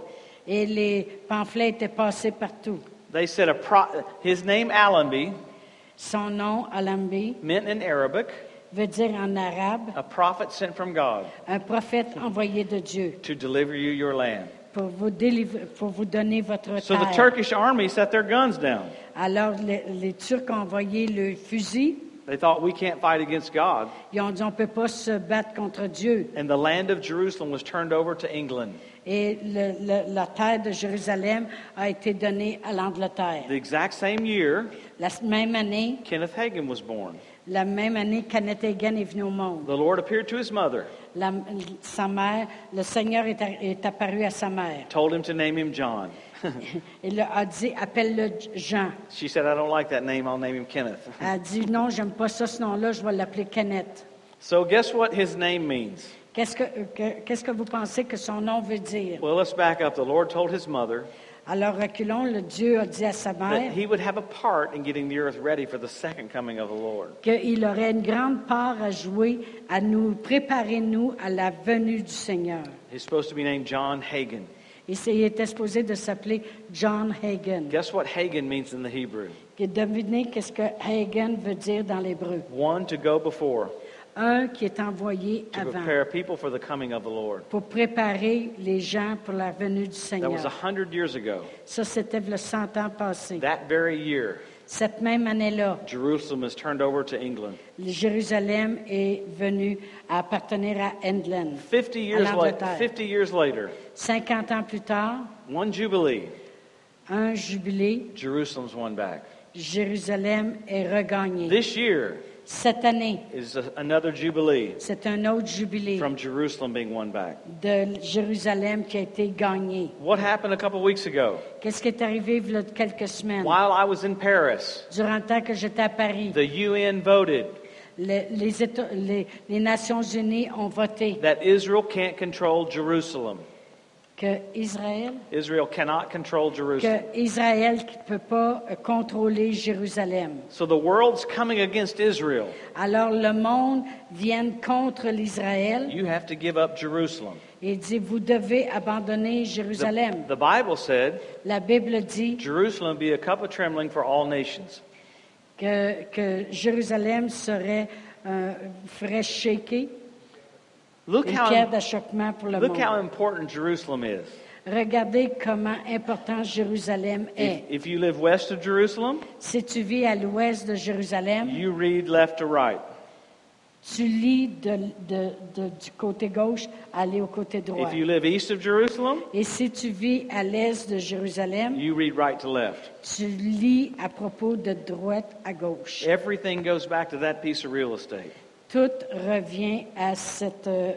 [SPEAKER 1] et les pamphlets étaient passés partout.
[SPEAKER 2] They said a pro- his name Allenby
[SPEAKER 1] Son nom, Alambi,
[SPEAKER 2] meant in Arabic
[SPEAKER 1] veut dire en arabe
[SPEAKER 2] a prophet sent from God
[SPEAKER 1] un prophète envoyé de Dieu
[SPEAKER 2] to deliver you your land.
[SPEAKER 1] pour vous, délivrer, pour vous donner votre
[SPEAKER 2] So the
[SPEAKER 1] terre.
[SPEAKER 2] Turkish army set their guns down.
[SPEAKER 1] Alors les, les Turcs ont envoyé le fusil.
[SPEAKER 2] They thought we can't fight against God,
[SPEAKER 1] Ils ont dit on ne peut pas se battre contre Dieu.
[SPEAKER 2] and the land of Jerusalem was turned over to England.
[SPEAKER 1] Et le- le- la terre de Jérusalem a été donnée à l'Angleterre.
[SPEAKER 2] The exact same year
[SPEAKER 1] La même année,
[SPEAKER 2] Kenneth Hagin was born.
[SPEAKER 1] la même année, Kenneth Hagin est venu au monde.
[SPEAKER 2] The Lord appeared to his mother,
[SPEAKER 1] La- sa mère, le Seigneur est, a- est apparu à sa mère.
[SPEAKER 2] told him to name him John.
[SPEAKER 1] Il a dit appelle-le Jean.
[SPEAKER 2] She said, "I don't like that name. I'll name him Kenneth."
[SPEAKER 1] Elle a dit non, j'aime pas ça ce nom-là, je vais l'appeler Kenneth.
[SPEAKER 2] So, guess what his name means?
[SPEAKER 1] Qu'est-ce que, euh, que- qu'est-ce que vous pensez que son nom veut dire?
[SPEAKER 2] Well, let's back up. The Lord told his mother
[SPEAKER 1] Alors reculons, le Dieu a dit à sa
[SPEAKER 2] that
[SPEAKER 1] mère
[SPEAKER 2] he would have a part in getting the earth ready for the second coming of the Lord.
[SPEAKER 1] qu'il aurait une grande part à jouer, à nous préparer, nous, à la venue du Seigneur.
[SPEAKER 2] He's supposed to be named John Hagen.
[SPEAKER 1] Et c'est- il était supposé de s'appeler John Hagen.
[SPEAKER 2] Guess what Hagen means in the Hebrew?
[SPEAKER 1] Et devinez qu'est-ce que Hagen veut dire dans l'hébreu.
[SPEAKER 2] One to go before,
[SPEAKER 1] Un qui est envoyé
[SPEAKER 2] to
[SPEAKER 1] avant
[SPEAKER 2] prepare people for the coming of the Lord.
[SPEAKER 1] pour préparer les gens pour la venue du
[SPEAKER 2] That was
[SPEAKER 1] Seigneur.
[SPEAKER 2] a hundred years ago.
[SPEAKER 1] Ça, c'était le 100 ans passé.
[SPEAKER 2] That very year,
[SPEAKER 1] Cette même année-là,
[SPEAKER 2] Jerusalem is turned over to England.
[SPEAKER 1] Jérusalem est venue à appartenir à England.
[SPEAKER 2] 50 years,
[SPEAKER 1] À
[SPEAKER 2] later,
[SPEAKER 1] l'Angleterre.
[SPEAKER 2] 50 years later,
[SPEAKER 1] 50 ans plus tard,
[SPEAKER 2] one jubilee,
[SPEAKER 1] un jubilé,
[SPEAKER 2] Jerusalem's won back.
[SPEAKER 1] Jérusalem est regagnée.
[SPEAKER 2] This year
[SPEAKER 1] Cette année,
[SPEAKER 2] is a- another jubilee
[SPEAKER 1] c'est un autre jubilé
[SPEAKER 2] from Jerusalem being won back.
[SPEAKER 1] de Jérusalem qui a été gagné.
[SPEAKER 2] What happened a couple weeks ago?
[SPEAKER 1] Qu'est-ce qui est arrivé il y a quelques semaines?
[SPEAKER 2] While I was in Paris,
[SPEAKER 1] Durant le temps que j'étais à Paris,
[SPEAKER 2] the UN voted
[SPEAKER 1] le- les, Éta- les- les Nations Unies ont voté
[SPEAKER 2] that Israel can't control Jerusalem.
[SPEAKER 1] que Israël,
[SPEAKER 2] Israel cannot control Jerusalem.
[SPEAKER 1] que Israël ne peut pas euh, contrôler Jérusalem.
[SPEAKER 2] So the world's coming against Israel.
[SPEAKER 1] Alors le monde vient contre l'Israël
[SPEAKER 2] You have to give up Jerusalem.
[SPEAKER 1] et dit, vous devez abandonner
[SPEAKER 2] The,
[SPEAKER 1] Jérusalem.
[SPEAKER 2] the Bible said
[SPEAKER 1] La Bible dit
[SPEAKER 2] Jerusalem be a cup of trembling for all nations.
[SPEAKER 1] que, que Jérusalem serait, euh, ferait shaker,
[SPEAKER 2] Look
[SPEAKER 1] une pierre
[SPEAKER 2] how,
[SPEAKER 1] d'achoppement pour le
[SPEAKER 2] look how
[SPEAKER 1] monde.
[SPEAKER 2] important Jerusalem is.
[SPEAKER 1] Regardez comment important Jérusalem est.
[SPEAKER 2] If, if you live west of Jerusalem,
[SPEAKER 1] Si tu vis à l'ouest de Jérusalem,
[SPEAKER 2] you read left to right.
[SPEAKER 1] tu lis de, de- de- du côté gauche, aller au côté droit.
[SPEAKER 2] If you live east of Jerusalem,
[SPEAKER 1] Et si tu vis à l'est de Jérusalem,
[SPEAKER 2] you read right to left.
[SPEAKER 1] tu lis à propos de droite à gauche.
[SPEAKER 2] Everything goes back to that piece of real estate.
[SPEAKER 1] Tout revient à cette euh,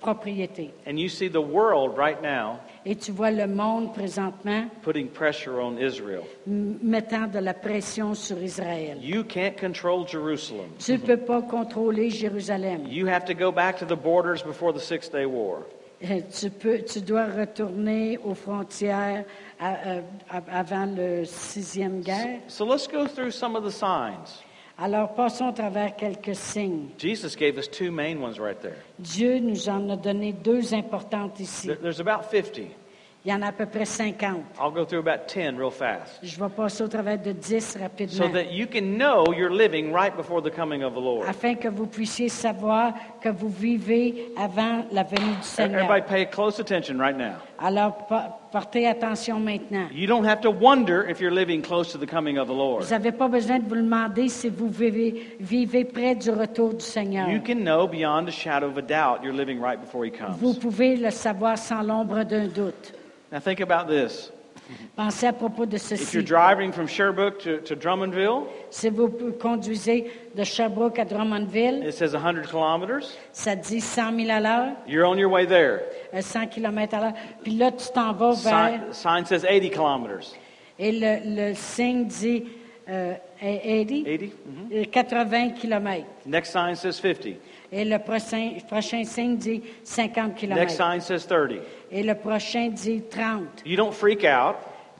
[SPEAKER 1] propriété.
[SPEAKER 2] And you see the world right now
[SPEAKER 1] Et tu vois le monde présentement
[SPEAKER 2] putting pressure on Israel.
[SPEAKER 1] m- mettant de la pression sur Israël.
[SPEAKER 2] You can't control Jerusalem.
[SPEAKER 1] Tu ne peux pas contrôler Jérusalem.
[SPEAKER 2] You have to go back to the borders before the Six Day War.
[SPEAKER 1] Euh, Tu, peux, tu dois retourner aux frontières à- à- à- avant le sixième guerre.
[SPEAKER 2] So let's go through some of the signs.
[SPEAKER 1] Alors passons à travers quelques signes.
[SPEAKER 2] Jesus gave us two main ones right there.
[SPEAKER 1] Dieu nous en a donné deux importantes ici.
[SPEAKER 2] There- There's about 50.
[SPEAKER 1] Il y en a à peu près 50.
[SPEAKER 2] I'll go through about 10 real fast.
[SPEAKER 1] Je vais passer au travers de 10
[SPEAKER 2] So
[SPEAKER 1] rapidement.
[SPEAKER 2] that you can know you're living right before the coming of the Lord.
[SPEAKER 1] Afin que vous puissiez savoir que vous vivez avant la venue du
[SPEAKER 2] Everybody
[SPEAKER 1] Seigneur.
[SPEAKER 2] pay close attention right now.
[SPEAKER 1] Alors, pa- portez attention maintenant.
[SPEAKER 2] You don't have to wonder if you're living close to the coming of the Lord.
[SPEAKER 1] Vous n'avez pas besoin de vous demander si vous vivez, vivez près du retour du Seigneur.
[SPEAKER 2] You can know beyond a shadow of a doubt you're living right before He
[SPEAKER 1] Vous
[SPEAKER 2] comes.
[SPEAKER 1] pouvez le savoir sans l'ombre d'un doute.
[SPEAKER 2] Now think about this.
[SPEAKER 1] Pensez à propos de
[SPEAKER 2] If
[SPEAKER 1] ceci.
[SPEAKER 2] you're driving from Sherbrooke to, to Drummondville,
[SPEAKER 1] Si vous conduisez de Sherbrooke à Drummondville,
[SPEAKER 2] it says 100 kilometers.
[SPEAKER 1] ça dit 100 000 à l'heure,
[SPEAKER 2] You're on your way there.
[SPEAKER 1] euh, 100 km à l'heure. Puis là, tu t'en vas vers...
[SPEAKER 2] Sign, sign says 80 kilometers.
[SPEAKER 1] Et le, le signe dit euh, 80,
[SPEAKER 2] 80?
[SPEAKER 1] euh, 80 km.
[SPEAKER 2] Next sign says 50.
[SPEAKER 1] Et le prochain, prochain signe dit 50
[SPEAKER 2] Next
[SPEAKER 1] km.
[SPEAKER 2] sign says 30.
[SPEAKER 1] Et le prochain dit 30.
[SPEAKER 2] You don't freak out.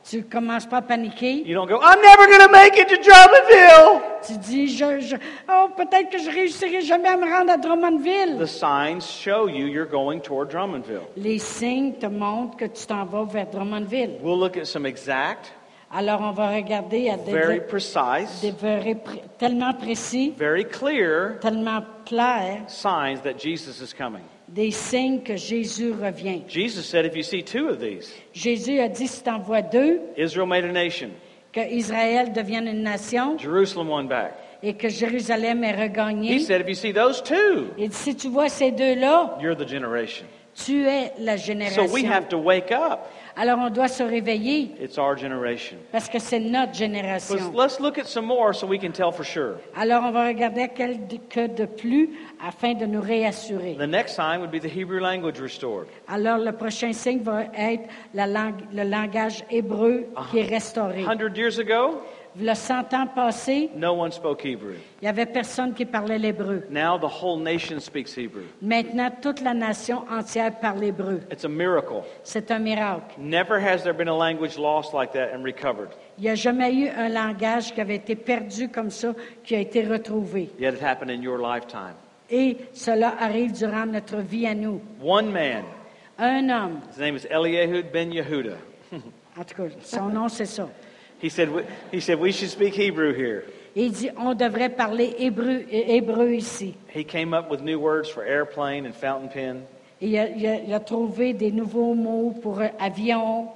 [SPEAKER 1] Tu commences pas à paniquer.
[SPEAKER 2] You don't go, I'm never going to make it to Drummondville.
[SPEAKER 1] Tu dis, je, je- oh, peut-être que je réussirai jamais à me rendre à Drummondville.
[SPEAKER 2] The signs show you you're going toward Drummondville.
[SPEAKER 1] Les signes te montrent que tu t'en vas vers Drummondville.
[SPEAKER 2] We'll look at some exact,
[SPEAKER 1] Alors, on va regarder à des,
[SPEAKER 2] very precise,
[SPEAKER 1] des vrais pré- tellement précis,
[SPEAKER 2] very clear
[SPEAKER 1] tellement clairs,
[SPEAKER 2] signs that Jesus is coming.
[SPEAKER 1] des signes que Jésus revient.
[SPEAKER 2] Jesus said, if you see two of these,
[SPEAKER 1] Jésus a dit, si t'en vois deux,
[SPEAKER 2] Israel made a nation,
[SPEAKER 1] que Israël devienne une nation
[SPEAKER 2] Jerusalem won back.
[SPEAKER 1] et que Jérusalem est
[SPEAKER 2] He
[SPEAKER 1] regagnée.
[SPEAKER 2] said, if you see those two,
[SPEAKER 1] Il dit, si tu vois ces deux-là,
[SPEAKER 2] you're the generation.
[SPEAKER 1] tu es la
[SPEAKER 2] So we
[SPEAKER 1] génération.
[SPEAKER 2] have to wake up.
[SPEAKER 1] Alors, on doit se réveiller.
[SPEAKER 2] It's our generation.
[SPEAKER 1] Parce que c'est notre
[SPEAKER 2] Let's,
[SPEAKER 1] génération.
[SPEAKER 2] let's look at some more so we can tell for sure.
[SPEAKER 1] Alors, on va regarder à quel de- que de plus afin de nous réassurer.
[SPEAKER 2] The next sign would be the Hebrew language restored.
[SPEAKER 1] Alors, le prochain signe
[SPEAKER 2] Ah.
[SPEAKER 1] va être la langue, le langage hébreu qui est restauré.
[SPEAKER 2] 100 years ago,
[SPEAKER 1] Le 100 ans passés,
[SPEAKER 2] No one spoke Hebrew.
[SPEAKER 1] il n'y avait personne qui parlait l'hébreu.
[SPEAKER 2] Now the whole nation speaks Hebrew.
[SPEAKER 1] Maintenant, toute la nation entière parle l'hébreu.
[SPEAKER 2] It's a miracle.
[SPEAKER 1] C'est un miracle.
[SPEAKER 2] Never has there been a language lost like that and recovered.
[SPEAKER 1] Il n'y a jamais eu un langage qui avait été perdu comme ça, qui a été retrouvé.
[SPEAKER 2] Yet it happened in your lifetime.
[SPEAKER 1] Et cela arrive durant notre vie à nous.
[SPEAKER 2] One man,
[SPEAKER 1] Un homme,
[SPEAKER 2] his name is Eliehud ben Yehuda.
[SPEAKER 1] en tout cas, son nom c'est ça.
[SPEAKER 2] He said, we- he said, we should speak Hebrew here.
[SPEAKER 1] Il dit, on devrait parler hébreu, hébreu ici.
[SPEAKER 2] He came up with new words for airplane and fountain pen.
[SPEAKER 1] Et il, a, il a- il a trouvé des nouveaux mots pour euh, avion.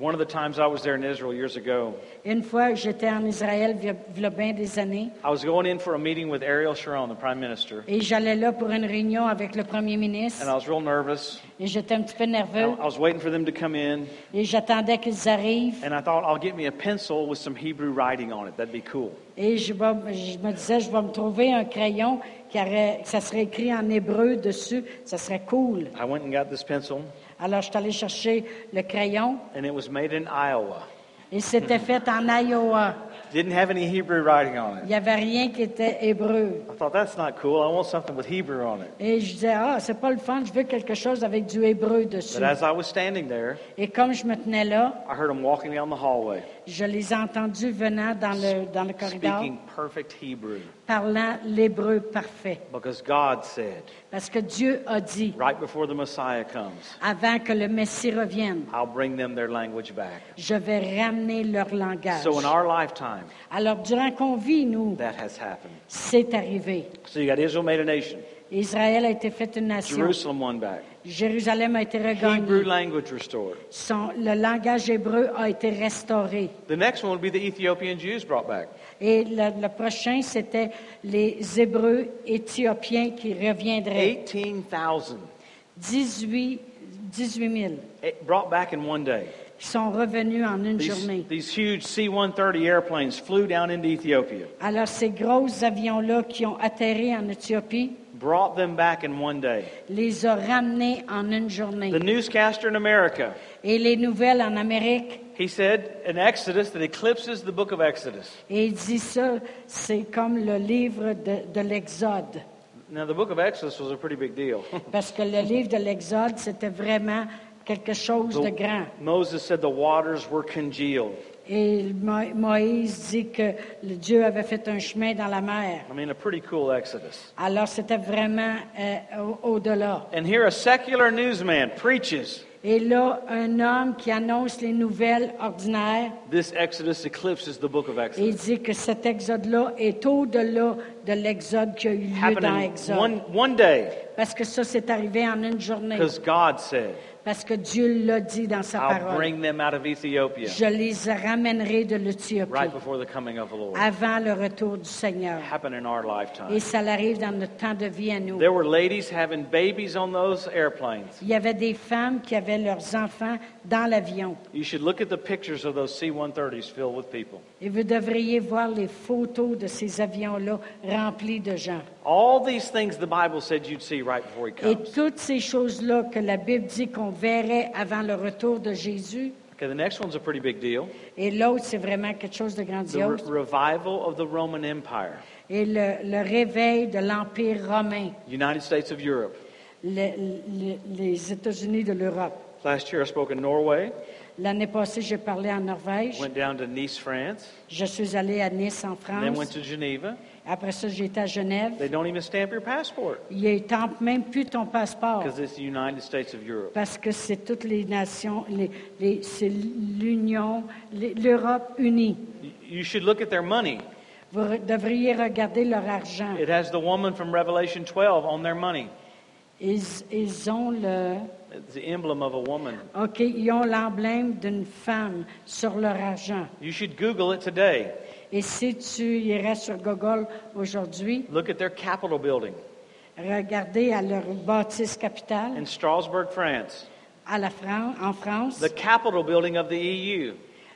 [SPEAKER 2] One of the times I was there in Israel years ago,
[SPEAKER 1] Une fois, j'étais en Israël, il y a bien des années,
[SPEAKER 2] I was going in for a meeting with Ariel Sharon, the prime minister,
[SPEAKER 1] et j'allais là pour une réunion avec le premier
[SPEAKER 2] and I
[SPEAKER 1] ministre.
[SPEAKER 2] was real nervous.
[SPEAKER 1] Et j'étais un petit peu
[SPEAKER 2] I
[SPEAKER 1] nerveux,
[SPEAKER 2] I was waiting for them to come in,
[SPEAKER 1] et j'attendais qu'ils arrivent.
[SPEAKER 2] and I thought, I'll get me a pencil with some Hebrew writing on it. That'd be cool.
[SPEAKER 1] Et je, vais- je me disais, je vais me trouver un crayon qui aurait- que ça serait écrit en hébreu dessus, ça serait cool.
[SPEAKER 2] I went and got this pencil,
[SPEAKER 1] Alors, je suis allée chercher le crayon,
[SPEAKER 2] and it was made in Iowa.
[SPEAKER 1] et
[SPEAKER 2] Mhm.
[SPEAKER 1] c'était fait en Iowa.
[SPEAKER 2] Didn't have any Hebrew writing on
[SPEAKER 1] Il
[SPEAKER 2] it.
[SPEAKER 1] n'y avait rien qui était hébreu.
[SPEAKER 2] I thought, that's not cool. I want something with Hebrew on it.
[SPEAKER 1] Et je disais, ah, c'est pas le fun, je veux quelque chose avec du hébreu dessus.
[SPEAKER 2] But as I was standing there,
[SPEAKER 1] Et comme je me tenais là,
[SPEAKER 2] I heard them walking down the hallway,
[SPEAKER 1] je les ai entendus venant dans le, dans le corridor,
[SPEAKER 2] speaking perfect Hebrew,
[SPEAKER 1] parlant l'hébreu parfait.
[SPEAKER 2] because God said,
[SPEAKER 1] Parce que Dieu a dit,
[SPEAKER 2] right before the Messiah comes,
[SPEAKER 1] avant que le Messie revienne,
[SPEAKER 2] I'll bring them their language back.
[SPEAKER 1] je vais ramener leur langage.
[SPEAKER 2] So in our lifetime,
[SPEAKER 1] Alors, durant qu'on vit, nous,
[SPEAKER 2] that has happened.
[SPEAKER 1] c'est arrivé.
[SPEAKER 2] So you got Israel made a nation,
[SPEAKER 1] Israël a été faite une nation.
[SPEAKER 2] Jerusalem won back,
[SPEAKER 1] Jérusalem a été
[SPEAKER 2] Hebrew
[SPEAKER 1] regagnée.
[SPEAKER 2] language restored.
[SPEAKER 1] Son- le langage hébreu a été restauré.
[SPEAKER 2] The next one would be the Ethiopian Jews brought back.
[SPEAKER 1] Et le, le prochain, c'était les Hébreux éthiopiens qui reviendraient.
[SPEAKER 2] 18,000
[SPEAKER 1] 18, 18 000
[SPEAKER 2] eh, brought back in one day.
[SPEAKER 1] qui sont revenus en une journée.
[SPEAKER 2] These, these huge C 130 airplanes flew down into Ethiopia,
[SPEAKER 1] Alors, ces gros avions-là qui ont atterri en Éthiopie
[SPEAKER 2] brought them back in one day.
[SPEAKER 1] les a ramenés en une journée.
[SPEAKER 2] The newscaster in America,
[SPEAKER 1] Et les nouvelles en Amérique,
[SPEAKER 2] he said an Exodus that eclipses the book of Exodus.
[SPEAKER 1] et il dit ça, c'est comme le livre de, de l'Exode.
[SPEAKER 2] Now, the book of Exodus was a pretty big deal.
[SPEAKER 1] Parce que le livre de l'Exode, c'était vraiment quelque chose de grand.
[SPEAKER 2] Moses said the waters were congealed.
[SPEAKER 1] Et Mo- Moïse dit que le Dieu avait fait un chemin dans la mer.
[SPEAKER 2] I mean, a pretty cool Exodus.
[SPEAKER 1] Alors c'était vraiment euh, au- au-delà.
[SPEAKER 2] And here a secular newsman preaches
[SPEAKER 1] Et là, un homme qui annonce les nouvelles ordinaires
[SPEAKER 2] this Exodus eclipses the book of
[SPEAKER 1] et il
[SPEAKER 2] Exodus.
[SPEAKER 1] dit que cet exode-là est au-delà de l'exode qui a eu lieu
[SPEAKER 2] Happened
[SPEAKER 1] dans
[SPEAKER 2] in
[SPEAKER 1] Exode.
[SPEAKER 2] one, one day
[SPEAKER 1] Parce que ça, c'est arrivé en une journée.
[SPEAKER 2] because God said,
[SPEAKER 1] Parce que Dieu l'a dit dans sa
[SPEAKER 2] I'll
[SPEAKER 1] parole.
[SPEAKER 2] bring them out of Ethiopia
[SPEAKER 1] Je les ramènerai de l'Éthiopie
[SPEAKER 2] right before the coming of the Lord.
[SPEAKER 1] avant le retour du Seigneur.
[SPEAKER 2] Happened in our lifetime.
[SPEAKER 1] Et ça arrive dans notre temps de vie à nous.
[SPEAKER 2] Uh-huh. There were ladies having babies on those airplanes.
[SPEAKER 1] Il y avait des femmes qui avaient leurs enfants dans l'avion.
[SPEAKER 2] You should look at the pictures of those C 130s filled with people.
[SPEAKER 1] Et vous devriez voir les photos de ces avions-là remplis de gens.
[SPEAKER 2] All these things the Bible said you'd see right before He
[SPEAKER 1] Et
[SPEAKER 2] comes.
[SPEAKER 1] toutes ces choses-là que la Bible dit qu'on verrait avant le retour de Jésus,
[SPEAKER 2] Okay, the next one's a pretty big deal.
[SPEAKER 1] et l'autre, c'est vraiment quelque chose de
[SPEAKER 2] The re-
[SPEAKER 1] grandiose,
[SPEAKER 2] revival of the Roman Empire,
[SPEAKER 1] et le, le réveil de l'Empire romain,
[SPEAKER 2] United States of Europe.
[SPEAKER 1] le- le- les États-Unis de l'Europe.
[SPEAKER 2] Last year I spoke in Norway,
[SPEAKER 1] L'année passée, j'ai parlé en Norvège.
[SPEAKER 2] went down to Nice, France,
[SPEAKER 1] Je suis allée à Nice, en
[SPEAKER 2] and then went
[SPEAKER 1] France.
[SPEAKER 2] to Geneva.
[SPEAKER 1] Après ça, j'étais à Genève.
[SPEAKER 2] They don't even stamp your passport
[SPEAKER 1] Ils tempent même plus ton passeport.
[SPEAKER 2] because it's the United States of Europe.
[SPEAKER 1] Parce que c'est toutes les nations, les, les- c'est l'Union, les- l'Europe unie.
[SPEAKER 2] Y- You should look at their money.
[SPEAKER 1] Vous re- devriez regarder leur argent.
[SPEAKER 2] It has the woman from Revelation 12 on their money.
[SPEAKER 1] Ils, ils ont le,
[SPEAKER 2] It's the emblem of a woman.
[SPEAKER 1] ok, ils ont l'emblème d'une femme sur leur argent.
[SPEAKER 2] You should Google it today.
[SPEAKER 1] Et si tu irais sur Google aujourd'hui,
[SPEAKER 2] Look at their Capitol building
[SPEAKER 1] regardez à leur bâtisse capitale,
[SPEAKER 2] in Strasbourg, France.
[SPEAKER 1] à la France, en France,
[SPEAKER 2] The Capitol building of the E EU.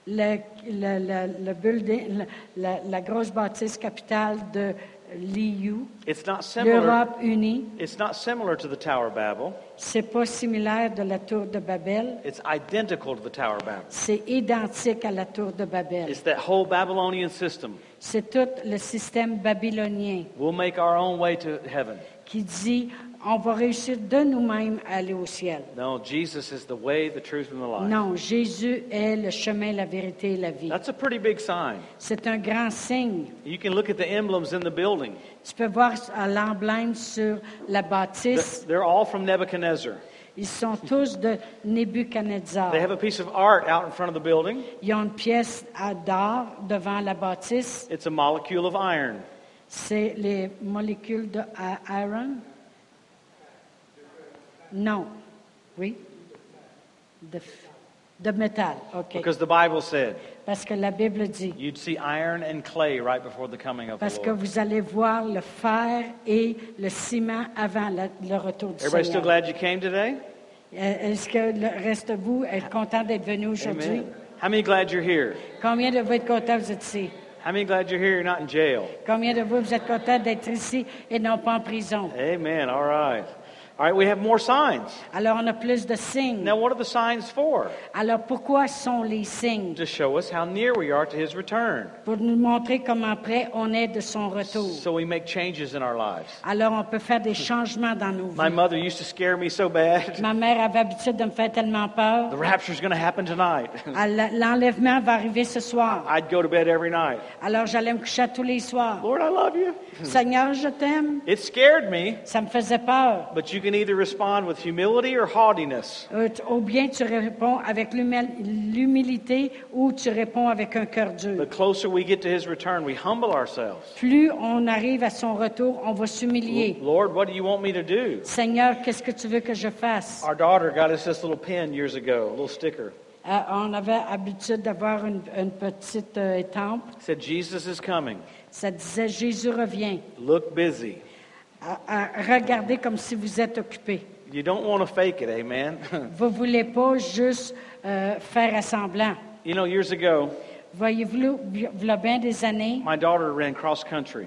[SPEAKER 1] le- le- le- le building- le- la, la grosse bâtisse capitale de l'EU,
[SPEAKER 2] It's not similar.
[SPEAKER 1] l'Europe unie.
[SPEAKER 2] It's not similar to the Tower of Babel.
[SPEAKER 1] C'est pas similaire de la tour de Babel.
[SPEAKER 2] It's identical to the Tower of Babel.
[SPEAKER 1] C'est identique à la tour de Babel.
[SPEAKER 2] It's that whole Babylonian system.
[SPEAKER 1] C'est tout le système babylonien
[SPEAKER 2] We'll make our own way to heaven.
[SPEAKER 1] qui dit on va réussir de nous-mêmes à aller au ciel.
[SPEAKER 2] No, Jesus is the way, the truth, and the life.
[SPEAKER 1] Non, Jésus est le chemin, la vérité et la vie.
[SPEAKER 2] That's a pretty big sign.
[SPEAKER 1] C'est un grand signe.
[SPEAKER 2] You can look at the emblems in the building.
[SPEAKER 1] Tu peux voir à l'emblème sur la
[SPEAKER 2] They're
[SPEAKER 1] bâtisse,
[SPEAKER 2] they're all from Nebuchadnezzar.
[SPEAKER 1] ils sont tous de Nebuchadnezzar.
[SPEAKER 2] They have a piece of art out in front of the building.
[SPEAKER 1] Ils ont une pièce à- d'or devant la bâtisse.
[SPEAKER 2] It's a molecule of iron.
[SPEAKER 1] C'est les molécules de i- iron? Non. Oui? De, f- de métal, OK.
[SPEAKER 2] Because the Bible said
[SPEAKER 1] Parce que la Bible dit,
[SPEAKER 2] you'd see iron and clay right before the coming of the
[SPEAKER 1] parce que
[SPEAKER 2] Lord.
[SPEAKER 1] vous allez voir le fer et le ciment avant la- le retour du
[SPEAKER 2] Everybody still
[SPEAKER 1] Seigneur.
[SPEAKER 2] glad you came today?
[SPEAKER 1] Euh, Est-ce que le reste de vous est content d'être venu aujourd'hui?
[SPEAKER 2] Amen. How many glad you're here?
[SPEAKER 1] Combien de vous êtes contents vous êtes ici?
[SPEAKER 2] How many glad you're here? You're not in jail.
[SPEAKER 1] Combien de vous vous êtes contents d'être ici et non pas en prison?
[SPEAKER 2] Amen. All right. All right, we have more signs.
[SPEAKER 1] Alors on a plus de signes.
[SPEAKER 2] Now, what are the signs for?
[SPEAKER 1] Alors pourquoi sont les signes?
[SPEAKER 2] To show us how near we are to his return.
[SPEAKER 1] pour nous montrer comment près on est de son retour.
[SPEAKER 2] So we make changes in our lives.
[SPEAKER 1] Alors on peut faire des changements dans nos vies.
[SPEAKER 2] My mother used to scare me so bad.
[SPEAKER 1] Ma mère avait l'habitude de me faire tellement peur.
[SPEAKER 2] The rapture's going to happen tonight.
[SPEAKER 1] Elle- L'enlèvement va arriver ce soir.
[SPEAKER 2] I'd go to bed every night.
[SPEAKER 1] Alors j'allais me coucher à tous les soirs.
[SPEAKER 2] Lord, I love you.
[SPEAKER 1] Seigneur, je t'aime.
[SPEAKER 2] It scared me,
[SPEAKER 1] Ça me faisait peur.
[SPEAKER 2] but you can either respond with humility or haughtiness.
[SPEAKER 1] Euh, tu- Ou bien tu réponds avec l'humil- l'humilité ou tu réponds avec un cœur dur.
[SPEAKER 2] The closer we get to his return, we humble ourselves.
[SPEAKER 1] Plus on arrive à son retour, on va s'humilier.
[SPEAKER 2] Lord, what do you want me to do?
[SPEAKER 1] Seigneur, qu'est-ce que tu veux que je fasse?
[SPEAKER 2] Our daughter got us this little pin years ago, a little sticker.
[SPEAKER 1] Euh, on avait l'habitude d'avoir une, une petite euh, étampe
[SPEAKER 2] It said, Jesus is coming.
[SPEAKER 1] Ça disait Jésus revient.
[SPEAKER 2] Look busy.
[SPEAKER 1] À- à- regardez comme si vous êtes occupé.
[SPEAKER 2] You don't want to fake it, amen.
[SPEAKER 1] Vous voulez pas juste euh, faire à semblant.
[SPEAKER 2] you know, years ago,
[SPEAKER 1] Voyez-vous, voilà bien des années,
[SPEAKER 2] my daughter ran cross country,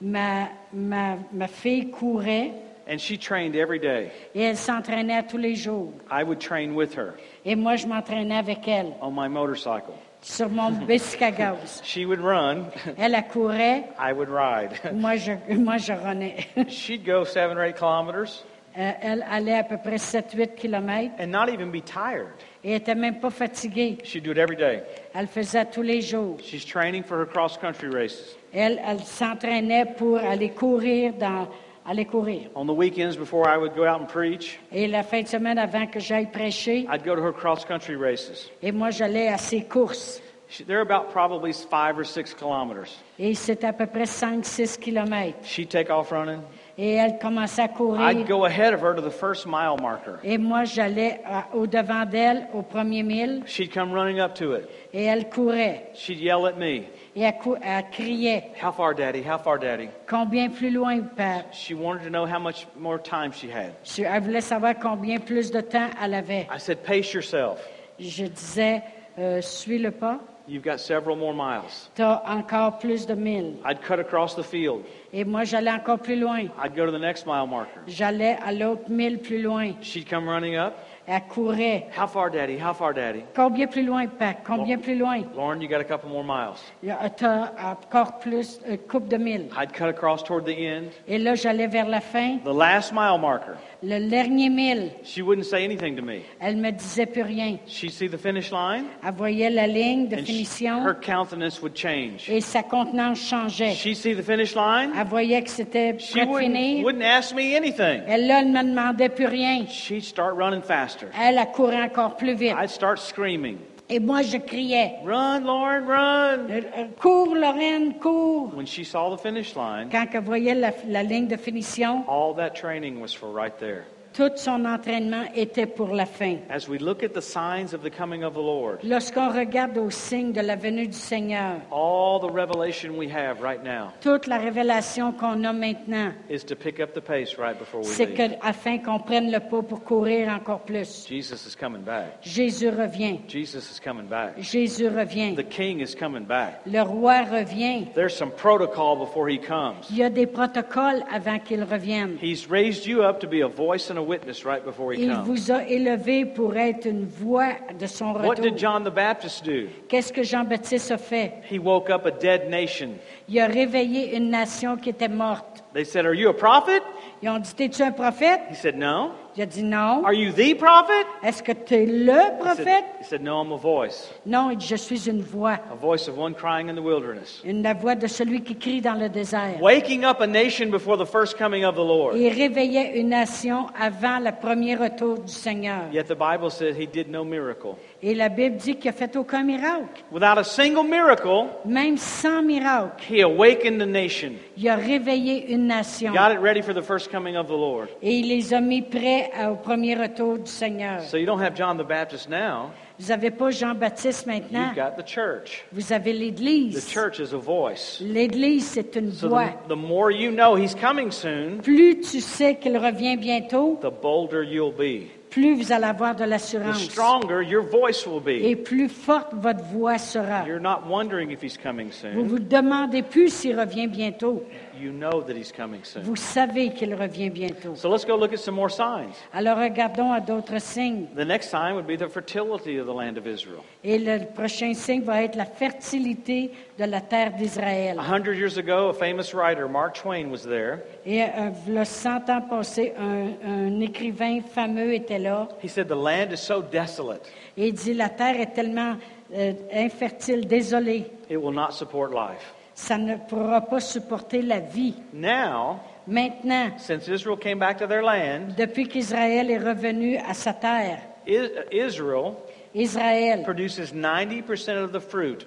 [SPEAKER 1] ma, ma, ma fille courait
[SPEAKER 2] and she trained every day.
[SPEAKER 1] et elle s'entraînait à tous les jours.
[SPEAKER 2] I would train with her
[SPEAKER 1] Et moi, je m'entraînais avec elle
[SPEAKER 2] on my motorcycle.
[SPEAKER 1] sur mon bicycle à gaz.
[SPEAKER 2] She would run,
[SPEAKER 1] Elle, elle courait,
[SPEAKER 2] I would ride.
[SPEAKER 1] moi, je, moi, je renais.
[SPEAKER 2] She'd go seven or eight kilometers
[SPEAKER 1] Euh, elle allait à peu près 7-8 kilomètres
[SPEAKER 2] and not even be tired.
[SPEAKER 1] et était même pas fatiguée.
[SPEAKER 2] She'd do it every day.
[SPEAKER 1] Elle faisait à tous les jours.
[SPEAKER 2] She's training for her cross country races.
[SPEAKER 1] Elle, elle s'entraînait pour aller courir dans, aller courir.
[SPEAKER 2] On the weekends before I would go out and preach,
[SPEAKER 1] Et la fin de semaine avant que j'aille prêcher,
[SPEAKER 2] I'd go to her cross country races.
[SPEAKER 1] et moi j'allais à ses courses.
[SPEAKER 2] She, they're about probably five or six kilometers.
[SPEAKER 1] Et c'était à peu près 5-6 kilomètres.
[SPEAKER 2] She'd take off running.
[SPEAKER 1] Et elle commençait à
[SPEAKER 2] I'd
[SPEAKER 1] courir.
[SPEAKER 2] go ahead of her to the first mile marker.
[SPEAKER 1] Et moi j'allais à- au-devant d'elle au premier mille
[SPEAKER 2] She'd come running up to it.
[SPEAKER 1] et elle courait.
[SPEAKER 2] She'd yell at me,
[SPEAKER 1] Et elle, cou- elle criait.
[SPEAKER 2] How far, Daddy? How far, Daddy?
[SPEAKER 1] Combien plus loin, père?
[SPEAKER 2] She wanted to know how much more time she had.
[SPEAKER 1] Je- Elle voulait savoir combien plus de temps elle avait.
[SPEAKER 2] I said, Pace yourself.
[SPEAKER 1] Je disais, euh, suis le pas.
[SPEAKER 2] You've got several more miles.
[SPEAKER 1] T'as encore plus de mille.
[SPEAKER 2] I'd cut across the field.
[SPEAKER 1] Et moi, j'allais encore plus loin.
[SPEAKER 2] I'd go to the next mile marker.
[SPEAKER 1] J'allais à l'autre mille plus loin.
[SPEAKER 2] She'd come running up.
[SPEAKER 1] Elle courait.
[SPEAKER 2] How far, Daddy? How far, Daddy?
[SPEAKER 1] Combien plus loin, Pat? Combien plus loin?
[SPEAKER 2] Lauren, you got a couple more miles.
[SPEAKER 1] Il y a- T'as encore plus, une coupe de mille.
[SPEAKER 2] I'd cut across toward the end.
[SPEAKER 1] Et là, j'allais vers la fin.
[SPEAKER 2] The last mile marker.
[SPEAKER 1] Le dernier mille,
[SPEAKER 2] She wouldn't say anything to me.
[SPEAKER 1] elle me disait plus rien.
[SPEAKER 2] She'd see the finish line,
[SPEAKER 1] Elle voyait la ligne de
[SPEAKER 2] and she-
[SPEAKER 1] finition
[SPEAKER 2] her countenance would change.
[SPEAKER 1] et sa contenance changeait.
[SPEAKER 2] She'd see the finish line.
[SPEAKER 1] Elle voyait que c'était
[SPEAKER 2] She
[SPEAKER 1] prêt de
[SPEAKER 2] wouldn't,
[SPEAKER 1] finir.
[SPEAKER 2] wouldn't ask me anything.
[SPEAKER 1] Elle, là, elle ne me demandait plus rien.
[SPEAKER 2] She'd start running faster.
[SPEAKER 1] Elle, elle courait encore plus vite.
[SPEAKER 2] I'd start screaming,
[SPEAKER 1] Et moi, je criais.
[SPEAKER 2] Run, Lauren, run!
[SPEAKER 1] Euh, euh, Cours, Lorraine, cours.
[SPEAKER 2] When she saw the finish line,
[SPEAKER 1] Quand elle voyait la, la ligne de finition,
[SPEAKER 2] all that training was for right there.
[SPEAKER 1] Tout son entraînement était pour la fin.
[SPEAKER 2] As we look at the signs of the coming of the Lord,
[SPEAKER 1] Lorsqu'on regarde aux signes de la venue du Seigneur,
[SPEAKER 2] all the revelation we have right now
[SPEAKER 1] toute la révélation qu'on a maintenant,
[SPEAKER 2] is to pick up the pace right before we
[SPEAKER 1] c'est que,
[SPEAKER 2] leave.
[SPEAKER 1] afin qu'on prenne le pas pour courir encore plus.
[SPEAKER 2] Jesus is coming back.
[SPEAKER 1] Jésus revient.
[SPEAKER 2] Jesus is coming back.
[SPEAKER 1] Jésus revient.
[SPEAKER 2] The king is coming back.
[SPEAKER 1] Le roi revient.
[SPEAKER 2] There's some protocol before he comes.
[SPEAKER 1] Il y a des protocoles avant qu'il revienne.
[SPEAKER 2] He's raised you up to be a voice and a witness right before he
[SPEAKER 1] Il
[SPEAKER 2] comes.
[SPEAKER 1] vous a élevé pour être une voix de son
[SPEAKER 2] What did
[SPEAKER 1] retour.
[SPEAKER 2] John the Baptist do?
[SPEAKER 1] Qu'est-ce que Jean-Baptiste a fait?
[SPEAKER 2] He woke up a dead nation.
[SPEAKER 1] Il a réveillé une nation qui était morte.
[SPEAKER 2] They said, Are you a prophet?
[SPEAKER 1] Ils ont dit, es-tu un prophète?
[SPEAKER 2] He said, No.
[SPEAKER 1] Il a dit non.
[SPEAKER 2] Are you the prophet?
[SPEAKER 1] Est-ce que tu es le
[SPEAKER 2] He said,
[SPEAKER 1] prophète?
[SPEAKER 2] he said, No, I'm a voice.
[SPEAKER 1] Non, il dit, je suis une voix.
[SPEAKER 2] A voice of one crying in the wilderness.
[SPEAKER 1] Une la voix de celui qui crie dans le désert.
[SPEAKER 2] Waking up a nation before the first coming of the Lord.
[SPEAKER 1] Il réveillait une nation avant le premier retour du Seigneur.
[SPEAKER 2] Yet the Bible said he did no miracle.
[SPEAKER 1] Et la Bible dit qu'il a fait aucun miracle.
[SPEAKER 2] Without a single miracle,
[SPEAKER 1] Même sans miracle,
[SPEAKER 2] he awakened the nation.
[SPEAKER 1] il a réveillé une nation.
[SPEAKER 2] Got it ready for the first coming of the Lord.
[SPEAKER 1] Et il les a mis prêts à- au premier retour du Seigneur.
[SPEAKER 2] So you don't have John the Baptist now.
[SPEAKER 1] Vous n'avez pas Jean-Baptiste maintenant.
[SPEAKER 2] You've got the church.
[SPEAKER 1] Vous avez
[SPEAKER 2] The
[SPEAKER 1] l'Église.
[SPEAKER 2] church is a voice.
[SPEAKER 1] L'Église, c'est une
[SPEAKER 2] So
[SPEAKER 1] voix.
[SPEAKER 2] the, the more you know he's coming soon,
[SPEAKER 1] Plus tu sais qu'il revient bientôt,
[SPEAKER 2] the bolder you'll be.
[SPEAKER 1] plus vous allez avoir de
[SPEAKER 2] The
[SPEAKER 1] l'assurance.
[SPEAKER 2] stronger your voice will be.
[SPEAKER 1] Et plus forte votre voix sera.
[SPEAKER 2] You're not wondering if he's coming
[SPEAKER 1] Vous
[SPEAKER 2] soon.
[SPEAKER 1] vous demandez plus s'il revient bientôt.
[SPEAKER 2] You know that he's coming soon.
[SPEAKER 1] Vous savez qu'il revient bientôt.
[SPEAKER 2] So let's go look at some more signs.
[SPEAKER 1] Alors regardons à d'autres signes.
[SPEAKER 2] The next sign would be the fertility of the land of Israel.
[SPEAKER 1] Et le prochain signe va être la fertilité de la terre d'Israël.
[SPEAKER 2] A hundred years ago, a famous writer, Mark Twain, was there.
[SPEAKER 1] Et euh, le 100 ans passé, un, un écrivain fameux était là
[SPEAKER 2] He said, The land is so desolate,
[SPEAKER 1] et il dit la terre est tellement euh, infertile, désolée,
[SPEAKER 2] it will not support life.
[SPEAKER 1] ça ne pourra pas supporter la vie.
[SPEAKER 2] Now,
[SPEAKER 1] Maintenant,
[SPEAKER 2] since Israel came back to their land,
[SPEAKER 1] depuis qu'Israël est revenu à sa terre,
[SPEAKER 2] I- Israel
[SPEAKER 1] Israël,
[SPEAKER 2] produces 90% of the fruit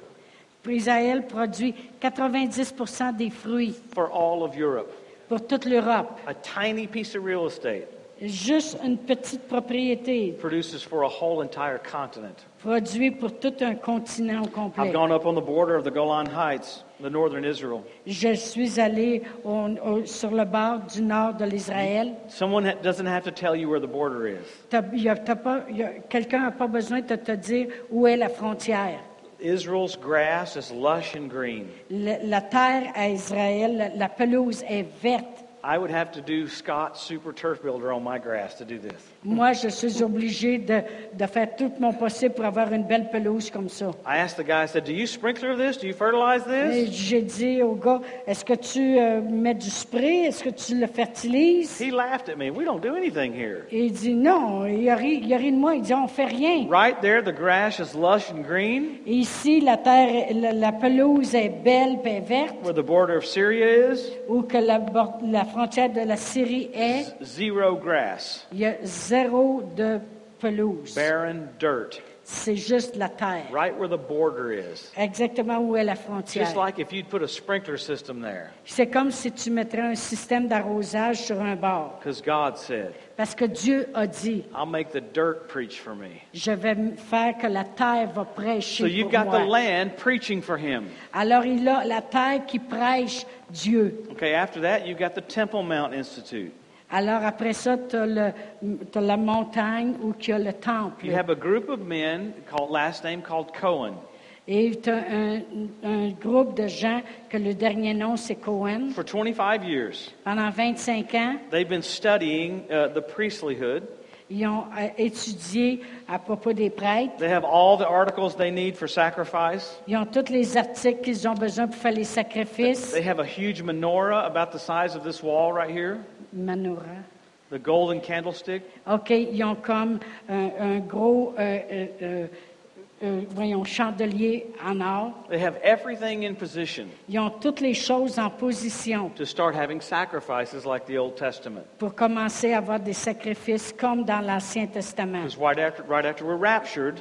[SPEAKER 1] Israël produit 90% des fruits
[SPEAKER 2] for all of Europe.
[SPEAKER 1] pour toute l'Europe.
[SPEAKER 2] A tiny piece of real estate
[SPEAKER 1] Juste une petite propriété
[SPEAKER 2] produces for a whole entire continent.
[SPEAKER 1] produit pour tout un continent au complet.
[SPEAKER 2] I've gone up on the border of the Golan Heights, the northern Israel.
[SPEAKER 1] Je suis allé sur le bord du nord de l'Israël.
[SPEAKER 2] Someone ha- doesn't have to tell you where the border is.
[SPEAKER 1] T'as- y a- t'as pas- y a- Quelqu'un n'a pas besoin de te dire où est la frontière.
[SPEAKER 2] Israel's grass is lush and green.
[SPEAKER 1] Le- la terre à Israël, la, la pelouse est verte.
[SPEAKER 2] I would have to do Scott Super Turf Builder on my grass to do this.
[SPEAKER 1] Moi, je suis obligée de, de faire tout mon possible pour avoir une belle pelouse comme ça.
[SPEAKER 2] I asked the guy, I said, Do you sprinkler this? Do you fertilize
[SPEAKER 1] Et
[SPEAKER 2] this?
[SPEAKER 1] J'ai dit au gars, est-ce que tu euh, mets du spray? Est-ce que tu le fertilises?
[SPEAKER 2] He laughed at me. We don't do anything here.
[SPEAKER 1] Et il dit non, il a, ri, il a ri de moi, il dit on fait rien.
[SPEAKER 2] Right there, the grass is lush and green.
[SPEAKER 1] Et ici, la terre, est- la, la pelouse est belle et verte,
[SPEAKER 2] Where the border of Syria is,
[SPEAKER 1] où que la, bord- la frontière de la Syrie est,
[SPEAKER 2] zero grass,
[SPEAKER 1] il y a zéro de pelouse.
[SPEAKER 2] barren dirt.
[SPEAKER 1] C'est juste la terre,
[SPEAKER 2] Right where the border is.
[SPEAKER 1] exactement où est la
[SPEAKER 2] Just
[SPEAKER 1] frontière.
[SPEAKER 2] like if you'd put a sprinkler system there,
[SPEAKER 1] C'est comme si tu mettrais un système d'arrosage sur un bord,
[SPEAKER 2] because God said,
[SPEAKER 1] parce que Dieu a dit,
[SPEAKER 2] I'll make the dirt preach for me.
[SPEAKER 1] je vais m- faire que la terre va prêcher
[SPEAKER 2] So you've
[SPEAKER 1] pour
[SPEAKER 2] got the
[SPEAKER 1] moi.
[SPEAKER 2] land preaching for him.
[SPEAKER 1] Alors il a la terre qui prêche Dieu.
[SPEAKER 2] Okay, after that, you've got the Temple Mount Institute.
[SPEAKER 1] Alors après ça, tu as, la montagne où il y a le temple.
[SPEAKER 2] You have a group of men called last name called Cohen.
[SPEAKER 1] Et tu as un, un groupe de gens que le dernier nom, c'est Cohen.
[SPEAKER 2] For 25 years,
[SPEAKER 1] Pendant 25 ans,
[SPEAKER 2] they've been studying uh, the priesthood.
[SPEAKER 1] ils ont euh, étudié à propos des prêtres.
[SPEAKER 2] They have all the articles they need for sacrifice.
[SPEAKER 1] Ils ont tous les articles qu'ils ont besoin pour faire les sacrifices.
[SPEAKER 2] They have a huge menorah about the size of this wall right here,
[SPEAKER 1] Manora.
[SPEAKER 2] the golden candlestick.
[SPEAKER 1] OK, ils ont comme un, un gros, euh, euh, euh, euh, voyons, chandelier en or.
[SPEAKER 2] They have everything in position
[SPEAKER 1] Ils ont toutes les choses en position
[SPEAKER 2] to start having sacrifices like the Old Testament.
[SPEAKER 1] pour commencer à avoir des sacrifices comme dans l'Ancien Testament.
[SPEAKER 2] Because right after, right after we're raptured,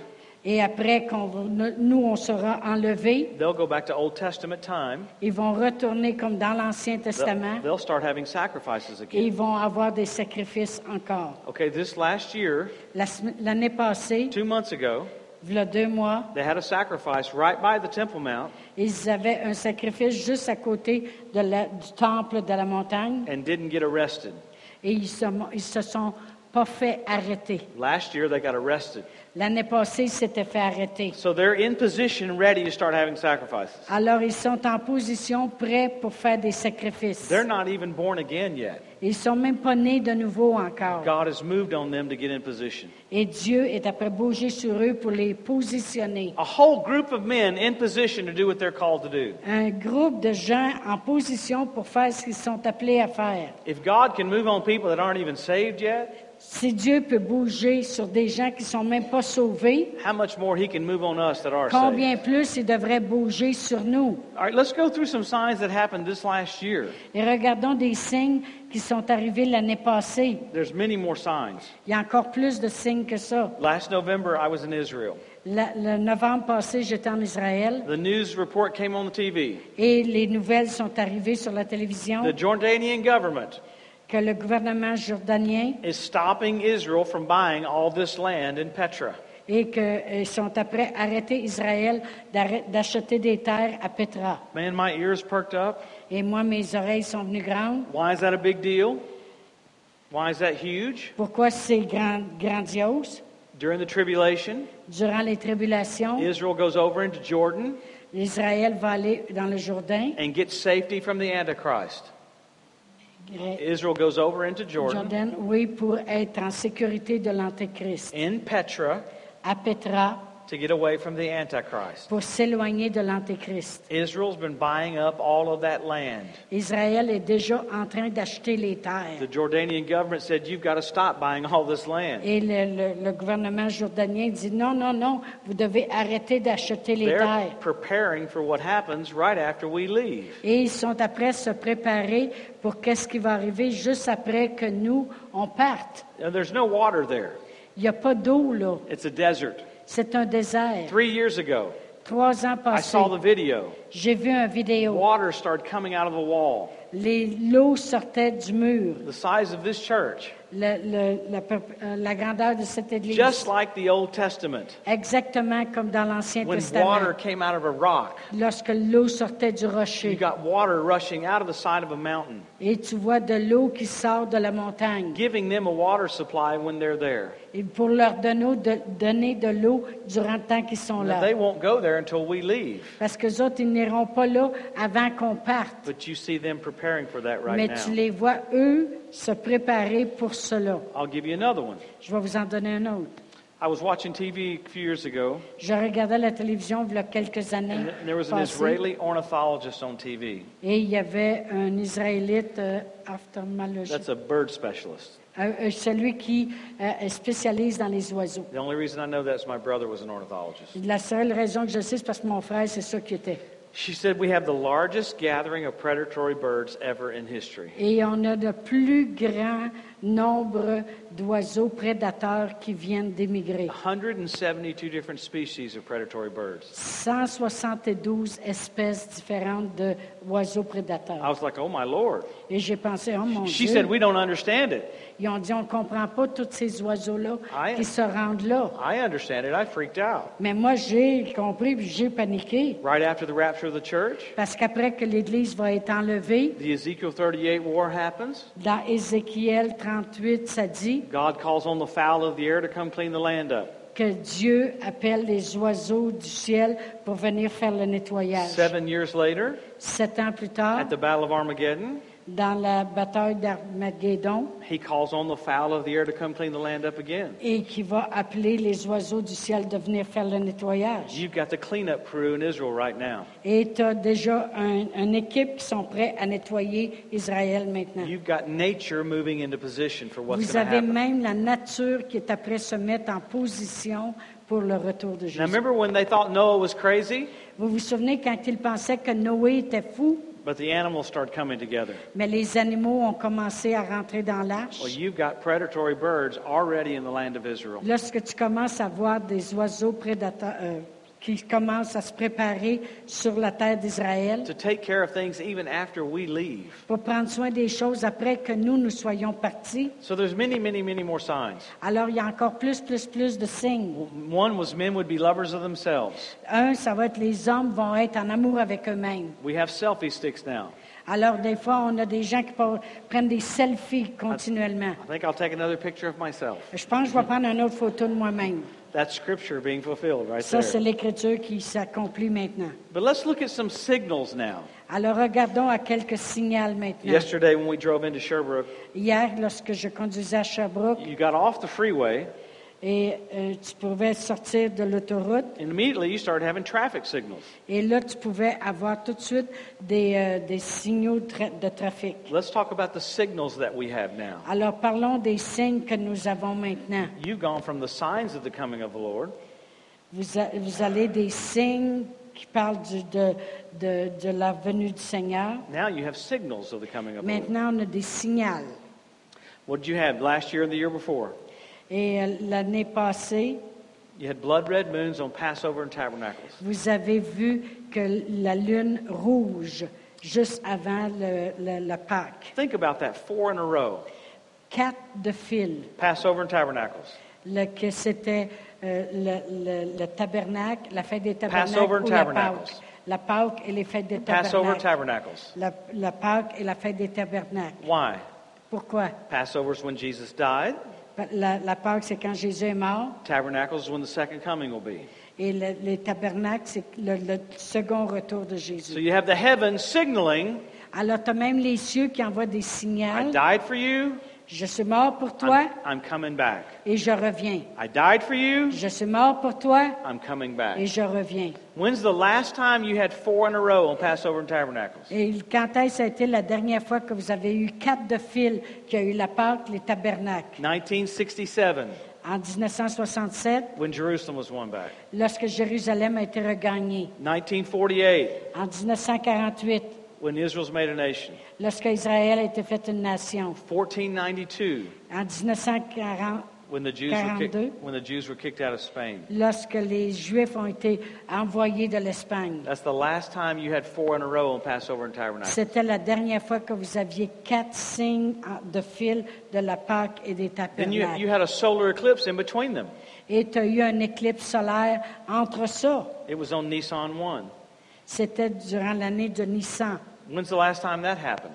[SPEAKER 1] Et après qu'on va- nous, on sera enlevés,
[SPEAKER 2] They'll go back to Old Testament time.
[SPEAKER 1] ils vont retourner comme dans l'Ancien Testament
[SPEAKER 2] They'll, they'll start having sacrifices
[SPEAKER 1] et
[SPEAKER 2] again.
[SPEAKER 1] ils vont avoir des sacrifices encore.
[SPEAKER 2] Okay, this last year,
[SPEAKER 1] La sem- L'année passée,
[SPEAKER 2] two months ago,
[SPEAKER 1] il y a deux mois,
[SPEAKER 2] they had a sacrifice right by the Temple Mount
[SPEAKER 1] ils avaient un sacrifice juste à côté de la- du temple de la montagne
[SPEAKER 2] and didn't get arrested.
[SPEAKER 1] et ils se, mo- ils se sont pas fait arrêter.
[SPEAKER 2] Last year, they got arrested.
[SPEAKER 1] L'année passée, ils s'étaient fait arrêter.
[SPEAKER 2] So they're in position, ready to start having sacrifices.
[SPEAKER 1] Alors, ils sont en position prêts pour faire des sacrifices.
[SPEAKER 2] They're not even born again yet.
[SPEAKER 1] Ils sont même pas nés de nouveau encore.
[SPEAKER 2] God has moved on them to get in position.
[SPEAKER 1] Et Dieu est après bouger sur eux pour les positionner.
[SPEAKER 2] A whole group of men in position to do what they're called to do.
[SPEAKER 1] Un groupe de gens en position pour faire ce qu'ils sont appelés à faire.
[SPEAKER 2] If God can move on people that aren't even saved yet,
[SPEAKER 1] Si Dieu peut bouger sur des gens qui sont même pas sauvés,
[SPEAKER 2] how much more He can move on us that are saved?
[SPEAKER 1] combien plus il devrait bouger sur nous?
[SPEAKER 2] All right, let's go through some signs that happened this last year.
[SPEAKER 1] Et regardons des signes qui sont arrivés l'année passée.
[SPEAKER 2] There's many more signs.
[SPEAKER 1] Il y a encore plus de signes que ça.
[SPEAKER 2] Last November, I was in Israel.
[SPEAKER 1] La- le novembre passé, j'étais en Israël.
[SPEAKER 2] The news report came on the TV.
[SPEAKER 1] Et les nouvelles sont arrivées sur la télévision
[SPEAKER 2] The Jordanian government
[SPEAKER 1] que le gouvernement jordanien
[SPEAKER 2] is stopping Israel from buying all this land in Petra.
[SPEAKER 1] et qu'ils sont après arrêter Israël d'arrê- d'acheter des terres à Petra.
[SPEAKER 2] Man, my ears perked up.
[SPEAKER 1] Et moi, mes oreilles sont venues grandes.
[SPEAKER 2] Why is that a big deal? Why is that huge?
[SPEAKER 1] Pourquoi c'est grand, grandiose?
[SPEAKER 2] During the tribulation,
[SPEAKER 1] Durant les tribulations,
[SPEAKER 2] Israel goes over into Jordan
[SPEAKER 1] Israël va aller dans le Jourdain.
[SPEAKER 2] and gets safety from the Antichrist.
[SPEAKER 1] Gré-
[SPEAKER 2] Israel goes over into Jordan
[SPEAKER 1] Jordan, oui, pour être en sécurité de l'Antéchrist.
[SPEAKER 2] in Petra
[SPEAKER 1] À Petra,
[SPEAKER 2] to get away from the Antichrist.
[SPEAKER 1] pour s'éloigner de l'Antéchrist.
[SPEAKER 2] Israel's been buying up all of that land.
[SPEAKER 1] Israël est déjà en train d'acheter les terres.
[SPEAKER 2] The Jordanian government said, You've got to stop buying all this land.
[SPEAKER 1] Et le, le- le gouvernement jordanien dit non, non, non, vous devez arrêter d'acheter les
[SPEAKER 2] They're
[SPEAKER 1] terres.
[SPEAKER 2] preparing for what happens right after we leave.
[SPEAKER 1] Et ils sont après se préparer pour qu'est-ce qui va arriver juste après que nous, on parte.
[SPEAKER 2] Now, there's no water there,
[SPEAKER 1] Il n'y a pas d'eau, là.
[SPEAKER 2] it's a desert.
[SPEAKER 1] C'est un désert.
[SPEAKER 2] Three years ago,
[SPEAKER 1] Trois ans
[SPEAKER 2] I
[SPEAKER 1] passés,
[SPEAKER 2] saw the video.
[SPEAKER 1] j'ai vu un vidéo.
[SPEAKER 2] Water started coming out of the wall,
[SPEAKER 1] Les- L'eau sortait du mur.
[SPEAKER 2] the size of this church,
[SPEAKER 1] Le- le- la, peu- euh, la grandeur de cette église.
[SPEAKER 2] just like the Old Testament,
[SPEAKER 1] Exactement comme dans l'Ancien
[SPEAKER 2] when
[SPEAKER 1] Testament.
[SPEAKER 2] water came out of a rock.
[SPEAKER 1] Lorsque l'eau sortait du
[SPEAKER 2] You
[SPEAKER 1] rocher.
[SPEAKER 2] got water rushing out of the side of a mountain,
[SPEAKER 1] Et tu vois de l'eau qui sort de la montagne.
[SPEAKER 2] giving them a water supply when they're there.
[SPEAKER 1] et pour leur donner de, donner de l'eau durant le temps qu'ils sont là.
[SPEAKER 2] Now, they won't go there until we leave,
[SPEAKER 1] Parce que autres, ils n'iront pas là avant qu'on parte.
[SPEAKER 2] but you see them preparing for that
[SPEAKER 1] Mais
[SPEAKER 2] right
[SPEAKER 1] tu
[SPEAKER 2] now.
[SPEAKER 1] les vois, eux, se préparer pour cela.
[SPEAKER 2] I'll give you another one.
[SPEAKER 1] Je vais vous en donner un autre.
[SPEAKER 2] I was watching TV a few years ago,
[SPEAKER 1] Je regardais la télévision il y a quelques années.
[SPEAKER 2] and th- there was an
[SPEAKER 1] passées,
[SPEAKER 2] Israeli ornithologist on TV.
[SPEAKER 1] Et il y avait un Israélite euh, ophtalmologiste,
[SPEAKER 2] That's a bird specialist.
[SPEAKER 1] euh, euh, celui qui euh, est spécialise dans les oiseaux.
[SPEAKER 2] The only reason I know that is my brother was an ornithologist.
[SPEAKER 1] La seule raison que je sais, c'est parce que mon frère, c'est ça qui était.
[SPEAKER 2] She said we have the largest gathering of predatory birds ever in history.
[SPEAKER 1] Et on a le plus grand nombre d'oiseaux prédateurs qui viennent d'émigrer.
[SPEAKER 2] 172 different species of predatory birds.
[SPEAKER 1] 172 espèces différentes d'oiseaux
[SPEAKER 2] I
[SPEAKER 1] prédateurs.
[SPEAKER 2] was like, oh my lord.
[SPEAKER 1] Et j'ai pensé, oh mon
[SPEAKER 2] She
[SPEAKER 1] Dieu,
[SPEAKER 2] said, we don't understand it.
[SPEAKER 1] ils ont dit, on ne comprend pas tous ces oiseaux-là
[SPEAKER 2] Ah,
[SPEAKER 1] qui se rendent là.
[SPEAKER 2] I understand it. I freaked out.
[SPEAKER 1] Mais moi, j'ai compris, puis j'ai paniqué.
[SPEAKER 2] Right after the rapture of the church,
[SPEAKER 1] Parce qu'après que l'Église va être enlevée,
[SPEAKER 2] the Ezekiel 38 war happens.
[SPEAKER 1] dans Ézéchiel 38, ça dit
[SPEAKER 2] God calls on the fowl of the air to come clean the land up.
[SPEAKER 1] que Dieu appelle les oiseaux du ciel pour venir faire le nettoyage.
[SPEAKER 2] Seven years later,
[SPEAKER 1] Sept ans plus tard,
[SPEAKER 2] at the Battle of Armageddon,
[SPEAKER 1] dans la bataille d'Armageddon,
[SPEAKER 2] he calls on the fowl of the air to come clean the land up again.
[SPEAKER 1] et qui va appeler les oiseaux du ciel de venir faire le nettoyage.
[SPEAKER 2] You've got the cleanup crew in Israel right now.
[SPEAKER 1] Et tu as déjà un- une équipe qui sont prêts à nettoyer Israël maintenant.
[SPEAKER 2] You've got nature moving into position for what's
[SPEAKER 1] Vous
[SPEAKER 2] going to
[SPEAKER 1] avez
[SPEAKER 2] happen.
[SPEAKER 1] même la nature qui est après se mettre en position pour le retour de
[SPEAKER 2] Now,
[SPEAKER 1] Jésus.
[SPEAKER 2] remember when they thought Noah was crazy?
[SPEAKER 1] Vous vous souvenez quand ils pensaient que Noé était fou?
[SPEAKER 2] But the animals start coming together.
[SPEAKER 1] Mais les animaux ont commencé à rentrer dans
[SPEAKER 2] Well,
[SPEAKER 1] l'arche.
[SPEAKER 2] you've got predatory birds already in the land of Israel.
[SPEAKER 1] Lorsque tu commences à voir des oiseaux prédateurs euh, qui commencent à se préparer sur la terre d'Israël
[SPEAKER 2] To take care of things even after we leave.
[SPEAKER 1] pour prendre soin des choses après que nous, nous soyons partis,
[SPEAKER 2] So there's many, many, many more signs.
[SPEAKER 1] alors il y a encore plus, plus, plus de signes.
[SPEAKER 2] One was men would be lovers of themselves.
[SPEAKER 1] Un, ça va être les hommes vont être en amour avec eux-mêmes.
[SPEAKER 2] We have selfie sticks now.
[SPEAKER 1] Alors, des fois, on a des gens qui pa- prennent des selfies continuellement.
[SPEAKER 2] I think I'll take another picture of myself.
[SPEAKER 1] Je pense que je vais prendre une autre photo de moi-même.
[SPEAKER 2] That's scripture being fulfilled right
[SPEAKER 1] Ça, c'est
[SPEAKER 2] there.
[SPEAKER 1] l'écriture qui s'accomplit maintenant.
[SPEAKER 2] But let's look at some signals now.
[SPEAKER 1] Alors, regardons à quelques signaux maintenant.
[SPEAKER 2] Yesterday, when we drove into Sherbrooke,
[SPEAKER 1] Hier, lorsque je conduisais à Sherbrooke,
[SPEAKER 2] you got off the freeway,
[SPEAKER 1] et euh, tu pouvais sortir de l'autoroute,
[SPEAKER 2] and immediately you started having traffic signals.
[SPEAKER 1] et là, tu pouvais avoir tout de suite des, euh, des signaux de, tra- de trafic.
[SPEAKER 2] Let's talk about the signals that we have now.
[SPEAKER 1] Alors, parlons des signes que nous avons maintenant.
[SPEAKER 2] You've gone from the signs of the coming of the Lord
[SPEAKER 1] Vous, a- vous avez des signes qui parlent du- de, de, de la venue du Seigneur.
[SPEAKER 2] Now you have signals of the coming of the Lord.
[SPEAKER 1] Maintenant, on a des signaux.
[SPEAKER 2] What did you have last year and the year before?
[SPEAKER 1] Et euh, l'année passée,
[SPEAKER 2] You had blood red moons on Passover and Tabernacles.
[SPEAKER 1] vous avez vu que la lune rouge, juste avant le, le- la Pâque,
[SPEAKER 2] Think about that four in a row
[SPEAKER 1] quatre de fil,
[SPEAKER 2] Passover and Tabernacles.
[SPEAKER 1] le, que c'était euh, le, le- le tabernacle, la fête des tabernacles
[SPEAKER 2] Passover and
[SPEAKER 1] ou la
[SPEAKER 2] Tabernacles.
[SPEAKER 1] Pâque. La Pâque et les fêtes des
[SPEAKER 2] Passover and
[SPEAKER 1] tabernacles.
[SPEAKER 2] Tabernacles.
[SPEAKER 1] La, la Pâque et la fête des tabernacles.
[SPEAKER 2] Why?
[SPEAKER 1] Pourquoi?
[SPEAKER 2] Passover is when Jesus died,
[SPEAKER 1] La, la Pâque, c'est quand Jésus est mort.
[SPEAKER 2] Tabernacles is when the second coming will be.
[SPEAKER 1] Et le- les tabernacles, c'est le, le second retour de
[SPEAKER 2] So
[SPEAKER 1] Jésus.
[SPEAKER 2] you have the heaven signaling,
[SPEAKER 1] Alors, tu as même les cieux qui envoient des signaux.
[SPEAKER 2] I died for you,
[SPEAKER 1] Je suis mort pour toi
[SPEAKER 2] I'm, I'm coming back.
[SPEAKER 1] et je reviens.
[SPEAKER 2] I died for you,
[SPEAKER 1] Je suis mort pour toi
[SPEAKER 2] I'm coming
[SPEAKER 1] et
[SPEAKER 2] back.
[SPEAKER 1] je reviens.
[SPEAKER 2] When's the last time you had four in a row on Passover and Tabernacles?
[SPEAKER 1] Et quand est-ce que ça a été la dernière fois que vous avez eu quatre de fil qu'il y a eu la Pâque, les tabernacles?
[SPEAKER 2] 1967,
[SPEAKER 1] En 1967,
[SPEAKER 2] when Jerusalem was won back.
[SPEAKER 1] lorsque Jérusalem a été regagnée.
[SPEAKER 2] 1948,
[SPEAKER 1] En 1948,
[SPEAKER 2] when Israel's made a nation.
[SPEAKER 1] lorsque Israël a été faite une nation.
[SPEAKER 2] 1492,
[SPEAKER 1] En 1940,
[SPEAKER 2] when the Jews were kicked,
[SPEAKER 1] 42.
[SPEAKER 2] when the Jews were kicked out of Spain.
[SPEAKER 1] lorsque les Juifs ont été envoyés de l'Espagne.
[SPEAKER 2] That's the last time you had four in a row on Passover and Tabernacle.
[SPEAKER 1] C'était la dernière fois que vous aviez quatre signes en- de fil de la Pâque et des
[SPEAKER 2] Then you, you
[SPEAKER 1] tabernacles.
[SPEAKER 2] had a solar eclipse in between them.
[SPEAKER 1] Et tu as eu un éclipse solaire entre ça.
[SPEAKER 2] It was on Nissan 1.
[SPEAKER 1] C'était durant l'année de Nissan.
[SPEAKER 2] When's the last time that happened?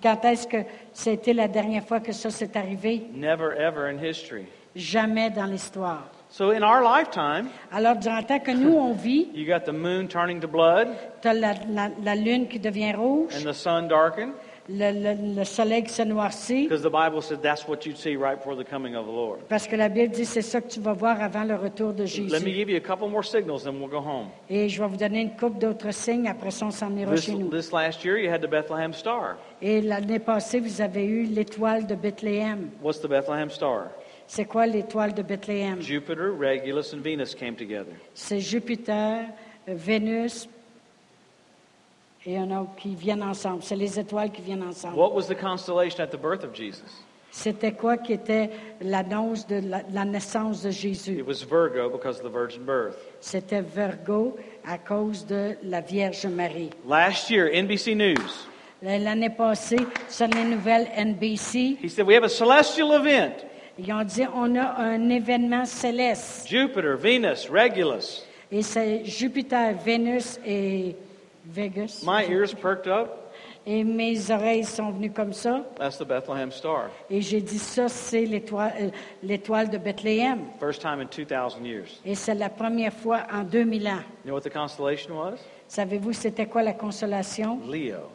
[SPEAKER 1] Quand est-ce que c'était la dernière fois que ça s'est arrivé?
[SPEAKER 2] Never ever in history.
[SPEAKER 1] Jamais dans l'histoire.
[SPEAKER 2] So in our lifetime,
[SPEAKER 1] Alors, durant le temps que nous, on vit,
[SPEAKER 2] you got the moon turning to blood
[SPEAKER 1] tu as la, la- la lune qui devient rouge,
[SPEAKER 2] and the sun darkened
[SPEAKER 1] le, le- le soleil qui se noircit,
[SPEAKER 2] because the Bible said that's what you'd see right before the coming of the Lord.
[SPEAKER 1] parce que la Bible dit c'est ça que tu vas voir avant le retour de
[SPEAKER 2] Let me
[SPEAKER 1] Jésus.
[SPEAKER 2] give you a couple more signals, then we'll go home.
[SPEAKER 1] Et je vais vous donner une coupe d'autres signes, après ça, on s'en ira
[SPEAKER 2] This,
[SPEAKER 1] chez nous.
[SPEAKER 2] this last year, you had the Bethlehem Star.
[SPEAKER 1] Et l'année passée, vous avez eu l'étoile de Bethléem.
[SPEAKER 2] What's the Bethlehem Star?
[SPEAKER 1] C'est quoi l'étoile de Bethléem?
[SPEAKER 2] Jupiter, Regulus, and Venus came together.
[SPEAKER 1] C'est Jupiter, euh, Vénus et un autre qui viennent ensemble. C'est les étoiles qui viennent ensemble.
[SPEAKER 2] What was the constellation at the birth of Jesus?
[SPEAKER 1] C'était quoi qui était l'annonce de la, la naissance de Jésus?
[SPEAKER 2] It was Virgo because of the virgin birth.
[SPEAKER 1] C'était Virgo à cause de la Vierge Marie.
[SPEAKER 2] Last year, NBC News,
[SPEAKER 1] L'année passée, sur les nouvelles NBC,
[SPEAKER 2] he said, We have a celestial event
[SPEAKER 1] ils ont dit on a un événement céleste.
[SPEAKER 2] Jupiter, Venus, Regulus.
[SPEAKER 1] Et c'est Jupiter, Vénus et Vegas.
[SPEAKER 2] My ears perked up.
[SPEAKER 1] Et mes oreilles sont venues comme ça.
[SPEAKER 2] That's the Bethlehem Star.
[SPEAKER 1] Et j'ai dit, ça, c'est l'étoile euh, l'étoile de Bethléem.
[SPEAKER 2] First time in 2,000 years.
[SPEAKER 1] Et c'est la première fois en 2000 ans.
[SPEAKER 2] You know what the constellation was?
[SPEAKER 1] Savez-vous, c'était quoi la consolation?
[SPEAKER 2] Leo,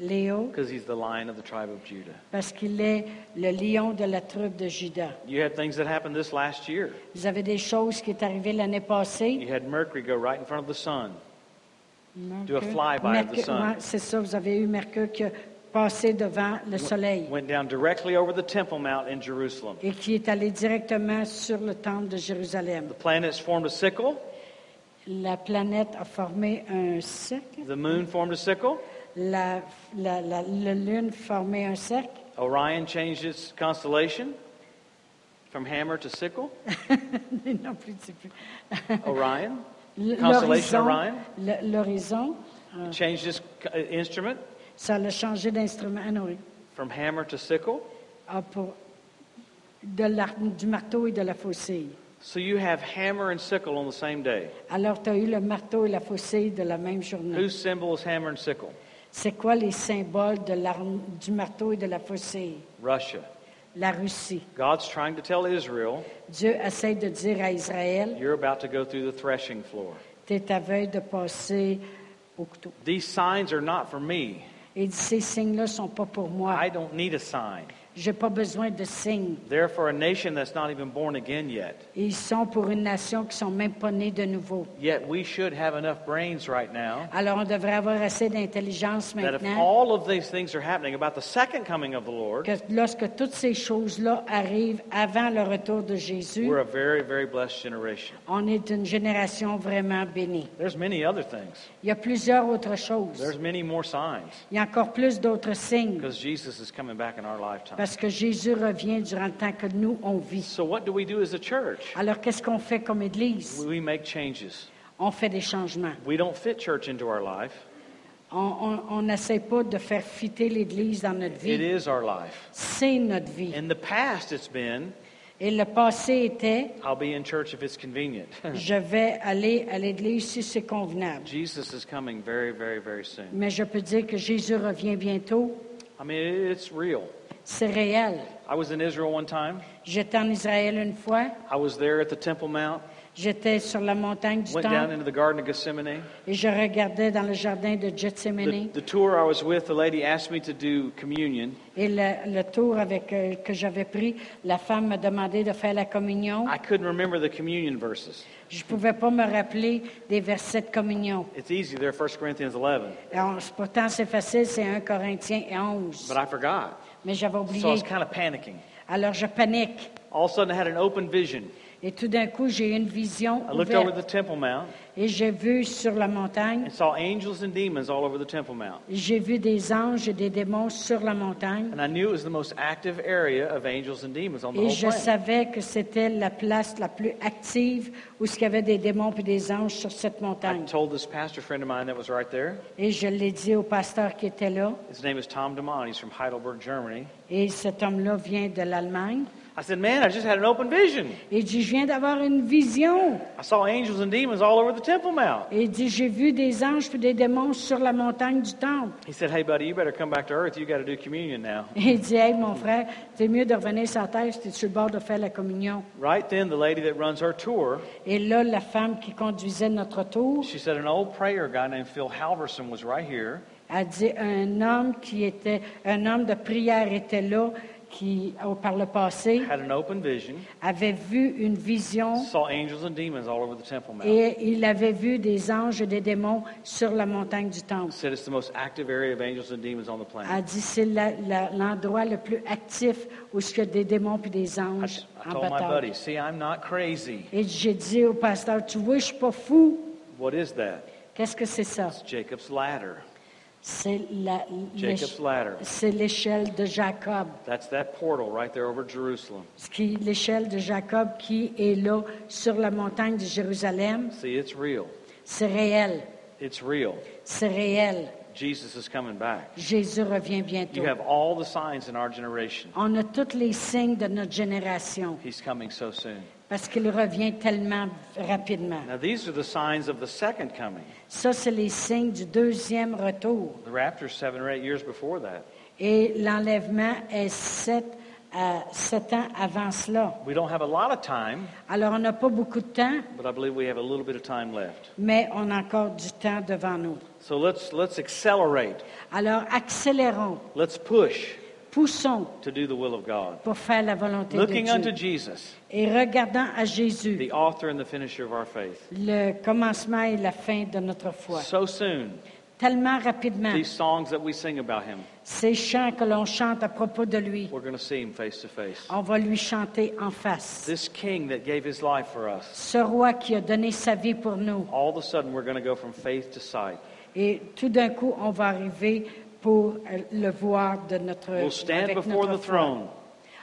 [SPEAKER 1] Léo,
[SPEAKER 2] because he's the lion of the tribe of Judah.
[SPEAKER 1] parce qu'il est le lion de la troupe de Juda.
[SPEAKER 2] You had things that happened this last year.
[SPEAKER 1] Vous avez des choses qui est arrivées l'année passée.
[SPEAKER 2] You had Mercury go right in front of the sun. Do a flyby of the
[SPEAKER 1] Mercure-
[SPEAKER 2] sun.
[SPEAKER 1] ouais, c'est ça, vous avez eu Mercure qui a passé devant le soleil
[SPEAKER 2] Went down directly over the Temple Mount in Jerusalem.
[SPEAKER 1] et qui est allé directement sur le temple de Jérusalem.
[SPEAKER 2] The planets formed a sickle.
[SPEAKER 1] La planète a formé un cercle.
[SPEAKER 2] The moon formed a sickle.
[SPEAKER 1] la, la- la- la lune formait un cercle.
[SPEAKER 2] Orion changed its constellation from hammer to sickle.
[SPEAKER 1] non, plus, tu peux.
[SPEAKER 2] Orion
[SPEAKER 1] L-
[SPEAKER 2] Constellation
[SPEAKER 1] l'horizon-
[SPEAKER 2] Orion.
[SPEAKER 1] l- L'horizon, euh,
[SPEAKER 2] changed its c- uh, instrument
[SPEAKER 1] ça l'a changé d'instrument. Ah non, oui.
[SPEAKER 2] from hammer to sickle.
[SPEAKER 1] Ah, pour, de l'ar- du marteau et de la faucille.
[SPEAKER 2] So you have hammer and sickle on the same day.
[SPEAKER 1] Alors, tu as eu le marteau et la faucille de la même journée.
[SPEAKER 2] Whose symbol is hammer and sickle?
[SPEAKER 1] C'est quoi les symboles de l'arme- du marteau et de la faucille?
[SPEAKER 2] Russia.
[SPEAKER 1] La Russie.
[SPEAKER 2] God's trying to tell Israel,
[SPEAKER 1] Dieu essaie de dire à Israël,
[SPEAKER 2] you're about to go through the threshing floor.
[SPEAKER 1] tu es à veille de passer au couteau.
[SPEAKER 2] These signs are not for me.
[SPEAKER 1] Et il dit, ces signes-là ne sont pas pour moi.
[SPEAKER 2] I don't need a sign.
[SPEAKER 1] Je n'ai pas besoin de signes.
[SPEAKER 2] They're for a nation that's not even born again yet.
[SPEAKER 1] Et ils sont pour une nation qui ne sont même pas nés de nouveau.
[SPEAKER 2] Yet we should have enough brains right now
[SPEAKER 1] Alors, on devrait avoir assez d'intelligence
[SPEAKER 2] that if
[SPEAKER 1] maintenant
[SPEAKER 2] all of these things are happening about the second coming of the Lord,
[SPEAKER 1] que lorsque toutes ces choses-là arrivent avant le retour de Jésus,
[SPEAKER 2] we're a very, very blessed generation.
[SPEAKER 1] on est une génération vraiment bénie.
[SPEAKER 2] There's many other things.
[SPEAKER 1] Il y a plusieurs autres choses.
[SPEAKER 2] There's many more signs
[SPEAKER 1] Il y a encore plus d'autres signes
[SPEAKER 2] because Jesus is coming back in our lifetime.
[SPEAKER 1] parce que Jésus revient durant le temps que nous, on vit.
[SPEAKER 2] So what do we do as a church?
[SPEAKER 1] Alors, qu'est-ce qu'on fait comme Église?
[SPEAKER 2] We make changes.
[SPEAKER 1] On fait des changements.
[SPEAKER 2] We don't fit church into our life.
[SPEAKER 1] On- On on n'essaie pas de faire fitter l'Église dans notre
[SPEAKER 2] It
[SPEAKER 1] vie.
[SPEAKER 2] is our life.
[SPEAKER 1] C'est notre vie.
[SPEAKER 2] In the past, it's been,
[SPEAKER 1] Et le passé était,
[SPEAKER 2] I'll be in church if it's convenient.
[SPEAKER 1] je vais aller à l'Église si c'est convenable.
[SPEAKER 2] Jesus is coming very, very, very soon.
[SPEAKER 1] Mais je peux dire que Jésus revient bientôt.
[SPEAKER 2] I mean, it's real.
[SPEAKER 1] C'est réel.
[SPEAKER 2] I was in Israel one time.
[SPEAKER 1] J'étais en Israël une fois.
[SPEAKER 2] I was there at the Temple Mount,
[SPEAKER 1] J'étais sur la montagne du
[SPEAKER 2] went down
[SPEAKER 1] temple
[SPEAKER 2] into the Garden of Gethsemane.
[SPEAKER 1] et je regardais dans le jardin de
[SPEAKER 2] The,
[SPEAKER 1] Gethsemane.
[SPEAKER 2] the tour I was with, the lady asked me to do communion.
[SPEAKER 1] Et le, le tour avec, euh, que j'avais pris, la femme m'a demandé de faire la communion.
[SPEAKER 2] I couldn't remember the communion verses.
[SPEAKER 1] Je ne pouvais pas me rappeler des versets de communion.
[SPEAKER 2] It's easy, they're 1 Corinthians 11.
[SPEAKER 1] Et on- pourtant, c'est facile, c'est 1 Corinthiens et
[SPEAKER 2] But
[SPEAKER 1] 11.
[SPEAKER 2] I forgot.
[SPEAKER 1] Mais j'avais
[SPEAKER 2] So I was
[SPEAKER 1] oublié.
[SPEAKER 2] kind of panicking.
[SPEAKER 1] Alors, je panique.
[SPEAKER 2] All of a sudden, I had an open vision.
[SPEAKER 1] Et tout d'un coup, j'ai eu une vision
[SPEAKER 2] I looked over the
[SPEAKER 1] ouverte.
[SPEAKER 2] Temple Mount
[SPEAKER 1] Et j'ai vu sur la montagne,
[SPEAKER 2] and saw angels and demons all over the Temple Mount.
[SPEAKER 1] j'ai vu des anges et des démons sur la montagne.
[SPEAKER 2] And I knew it was the most active area of angels and demons on the
[SPEAKER 1] Et
[SPEAKER 2] whole
[SPEAKER 1] je
[SPEAKER 2] planet.
[SPEAKER 1] savais que c'était la place la plus active où il y avait des démons et des anges sur cette
[SPEAKER 2] I
[SPEAKER 1] montagne.
[SPEAKER 2] told this pastor friend of mine that was right there.
[SPEAKER 1] Et je l'ai dit au pasteur qui était là.
[SPEAKER 2] His name is Tom Damon. He's from Heidelberg, Germany.
[SPEAKER 1] Et cet homme-là vient de l'Allemagne.
[SPEAKER 2] I said, Man, I just had an open vision.
[SPEAKER 1] Et il dit, je viens d'avoir une vision.
[SPEAKER 2] I saw angels and demons all over the Temple Mount.
[SPEAKER 1] Et il dit, j'ai vu des anges puis des démons sur la montagne du temple.
[SPEAKER 2] He said, Hey, buddy, you better come back to earth. You got to do communion now.
[SPEAKER 1] Et il dit, hey, mon frère, c'est mieux de revenir sur la terre si tu es sur le bord de faire la communion.
[SPEAKER 2] Right then, the lady that runs our tour,
[SPEAKER 1] Et là, la femme qui conduisait notre tour
[SPEAKER 2] she said, An old prayer guy named Phil Halverson was right here.
[SPEAKER 1] a dit, un homme qui était, un homme de prière était là, qui, au- par le passé,
[SPEAKER 2] had an open vision,
[SPEAKER 1] avait vu une vision
[SPEAKER 2] saw angels and demons all over the Temple Mount.
[SPEAKER 1] et il avait vu des anges et des démons sur la montagne du temple.
[SPEAKER 2] Said it's the most active area of angels and demons on the
[SPEAKER 1] A
[SPEAKER 2] planet.
[SPEAKER 1] dit c'est la- la- l'endroit le plus actif où il y a des démons puis des
[SPEAKER 2] I,
[SPEAKER 1] anges
[SPEAKER 2] I
[SPEAKER 1] en
[SPEAKER 2] told my buddy,
[SPEAKER 1] bataille.
[SPEAKER 2] see, I'm not crazy.
[SPEAKER 1] Et j'ai dit au pasteur, tu vois, je suis pas fou.
[SPEAKER 2] What is that?
[SPEAKER 1] Qu'est-ce que c'est ça?
[SPEAKER 2] It's Jacob's ladder.
[SPEAKER 1] C'est la-
[SPEAKER 2] Jacob's
[SPEAKER 1] l'éche-
[SPEAKER 2] ladder.
[SPEAKER 1] c'est l'échelle de Jacob,
[SPEAKER 2] That's that portal right there over Jerusalem.
[SPEAKER 1] Ce qui- l'échelle de Jacob qui est là sur la montagne de Jérusalem.
[SPEAKER 2] See, it's real.
[SPEAKER 1] C'est réel,
[SPEAKER 2] It's real.
[SPEAKER 1] c'est réel.
[SPEAKER 2] Jesus is coming back.
[SPEAKER 1] Jésus revient bientôt.
[SPEAKER 2] You have all the signs in our generation.
[SPEAKER 1] On a tous les signes de notre génération
[SPEAKER 2] He's coming so soon.
[SPEAKER 1] parce qu'il revient tellement rapidement.
[SPEAKER 2] Now, these are the signs of the second coming.
[SPEAKER 1] Ça, c'est les signes du deuxième retour.
[SPEAKER 2] The rapture's seven or eight years before that.
[SPEAKER 1] Et l'enlèvement est sept, à, sept ans avant cela.
[SPEAKER 2] We don't have a lot of time,
[SPEAKER 1] Alors, on n'a pas beaucoup de temps,
[SPEAKER 2] but I believe we have a little bit of time left.
[SPEAKER 1] mais on a encore du temps devant nous.
[SPEAKER 2] So let's let's accelerate.
[SPEAKER 1] Alors, accélérons,
[SPEAKER 2] Let's push
[SPEAKER 1] poussons
[SPEAKER 2] to do the will of God.
[SPEAKER 1] pour faire la volonté
[SPEAKER 2] Looking
[SPEAKER 1] de
[SPEAKER 2] unto
[SPEAKER 1] Dieu.
[SPEAKER 2] Jesus,
[SPEAKER 1] Et regardant à Jésus,
[SPEAKER 2] the author and the finisher of our faith.
[SPEAKER 1] le commencement et la fin de notre foi.
[SPEAKER 2] So soon,
[SPEAKER 1] Tellement rapidement,
[SPEAKER 2] these songs that we sing about him,
[SPEAKER 1] ces chants que l'on chante à propos de lui,
[SPEAKER 2] we're going to see him face to face.
[SPEAKER 1] On va lui chanter en face.
[SPEAKER 2] This king that gave his life for us,
[SPEAKER 1] Ce roi qui a donné sa vie pour nous.
[SPEAKER 2] all of a sudden we're going to go from faith to sight.
[SPEAKER 1] Et tout d'un coup, on va arriver pour euh, le voir de notre,
[SPEAKER 2] We'll stand
[SPEAKER 1] avec
[SPEAKER 2] before
[SPEAKER 1] notre
[SPEAKER 2] the
[SPEAKER 1] foi.
[SPEAKER 2] throne.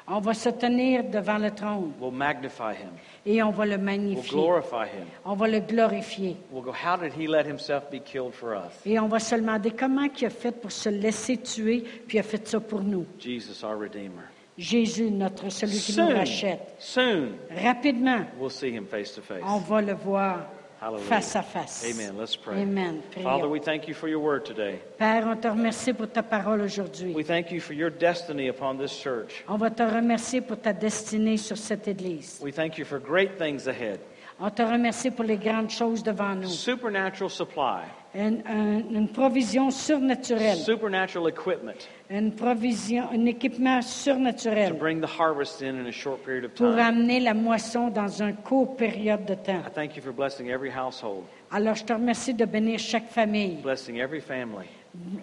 [SPEAKER 1] On va se tenir devant le trône
[SPEAKER 2] We'll magnify him.
[SPEAKER 1] et on va le
[SPEAKER 2] We'll
[SPEAKER 1] magnifier.
[SPEAKER 2] glorify him.
[SPEAKER 1] On va le glorifier.
[SPEAKER 2] We'll go, How did he let himself be killed for us?
[SPEAKER 1] Et on va se demander comment il a fait pour se laisser tuer, puis il a fait ça pour nous.
[SPEAKER 2] Jesus, our Redeemer.
[SPEAKER 1] Jésus, notre celui qui nous
[SPEAKER 2] Soon,
[SPEAKER 1] rachète.
[SPEAKER 2] soon,
[SPEAKER 1] Rapidement,
[SPEAKER 2] we'll see him face to face.
[SPEAKER 1] on va le voir
[SPEAKER 2] Hallelujah.
[SPEAKER 1] face à face.
[SPEAKER 2] Amen. Let's pray.
[SPEAKER 1] Amen.
[SPEAKER 2] Father,
[SPEAKER 1] Prions.
[SPEAKER 2] we thank you for your word today.
[SPEAKER 1] Père, on te remercie pour ta parole aujourd'hui.
[SPEAKER 2] We thank you for your destiny upon this church.
[SPEAKER 1] On va te remercier pour ta destinée sur cette Église.
[SPEAKER 2] We thank you for great things ahead.
[SPEAKER 1] On te remercie pour les grandes choses devant nous.
[SPEAKER 2] Supernatural supply,
[SPEAKER 1] Une, un- une provision surnaturelle,
[SPEAKER 2] supernatural equipment
[SPEAKER 1] une provision, un équipement
[SPEAKER 2] to
[SPEAKER 1] surnaturel
[SPEAKER 2] bring the harvest in in a short period of
[SPEAKER 1] pour
[SPEAKER 2] time.
[SPEAKER 1] amener la moisson dans un court période de temps.
[SPEAKER 2] I thank you for blessing every household,
[SPEAKER 1] Alors, je te remercie de bénir chaque famille,
[SPEAKER 2] blessing every family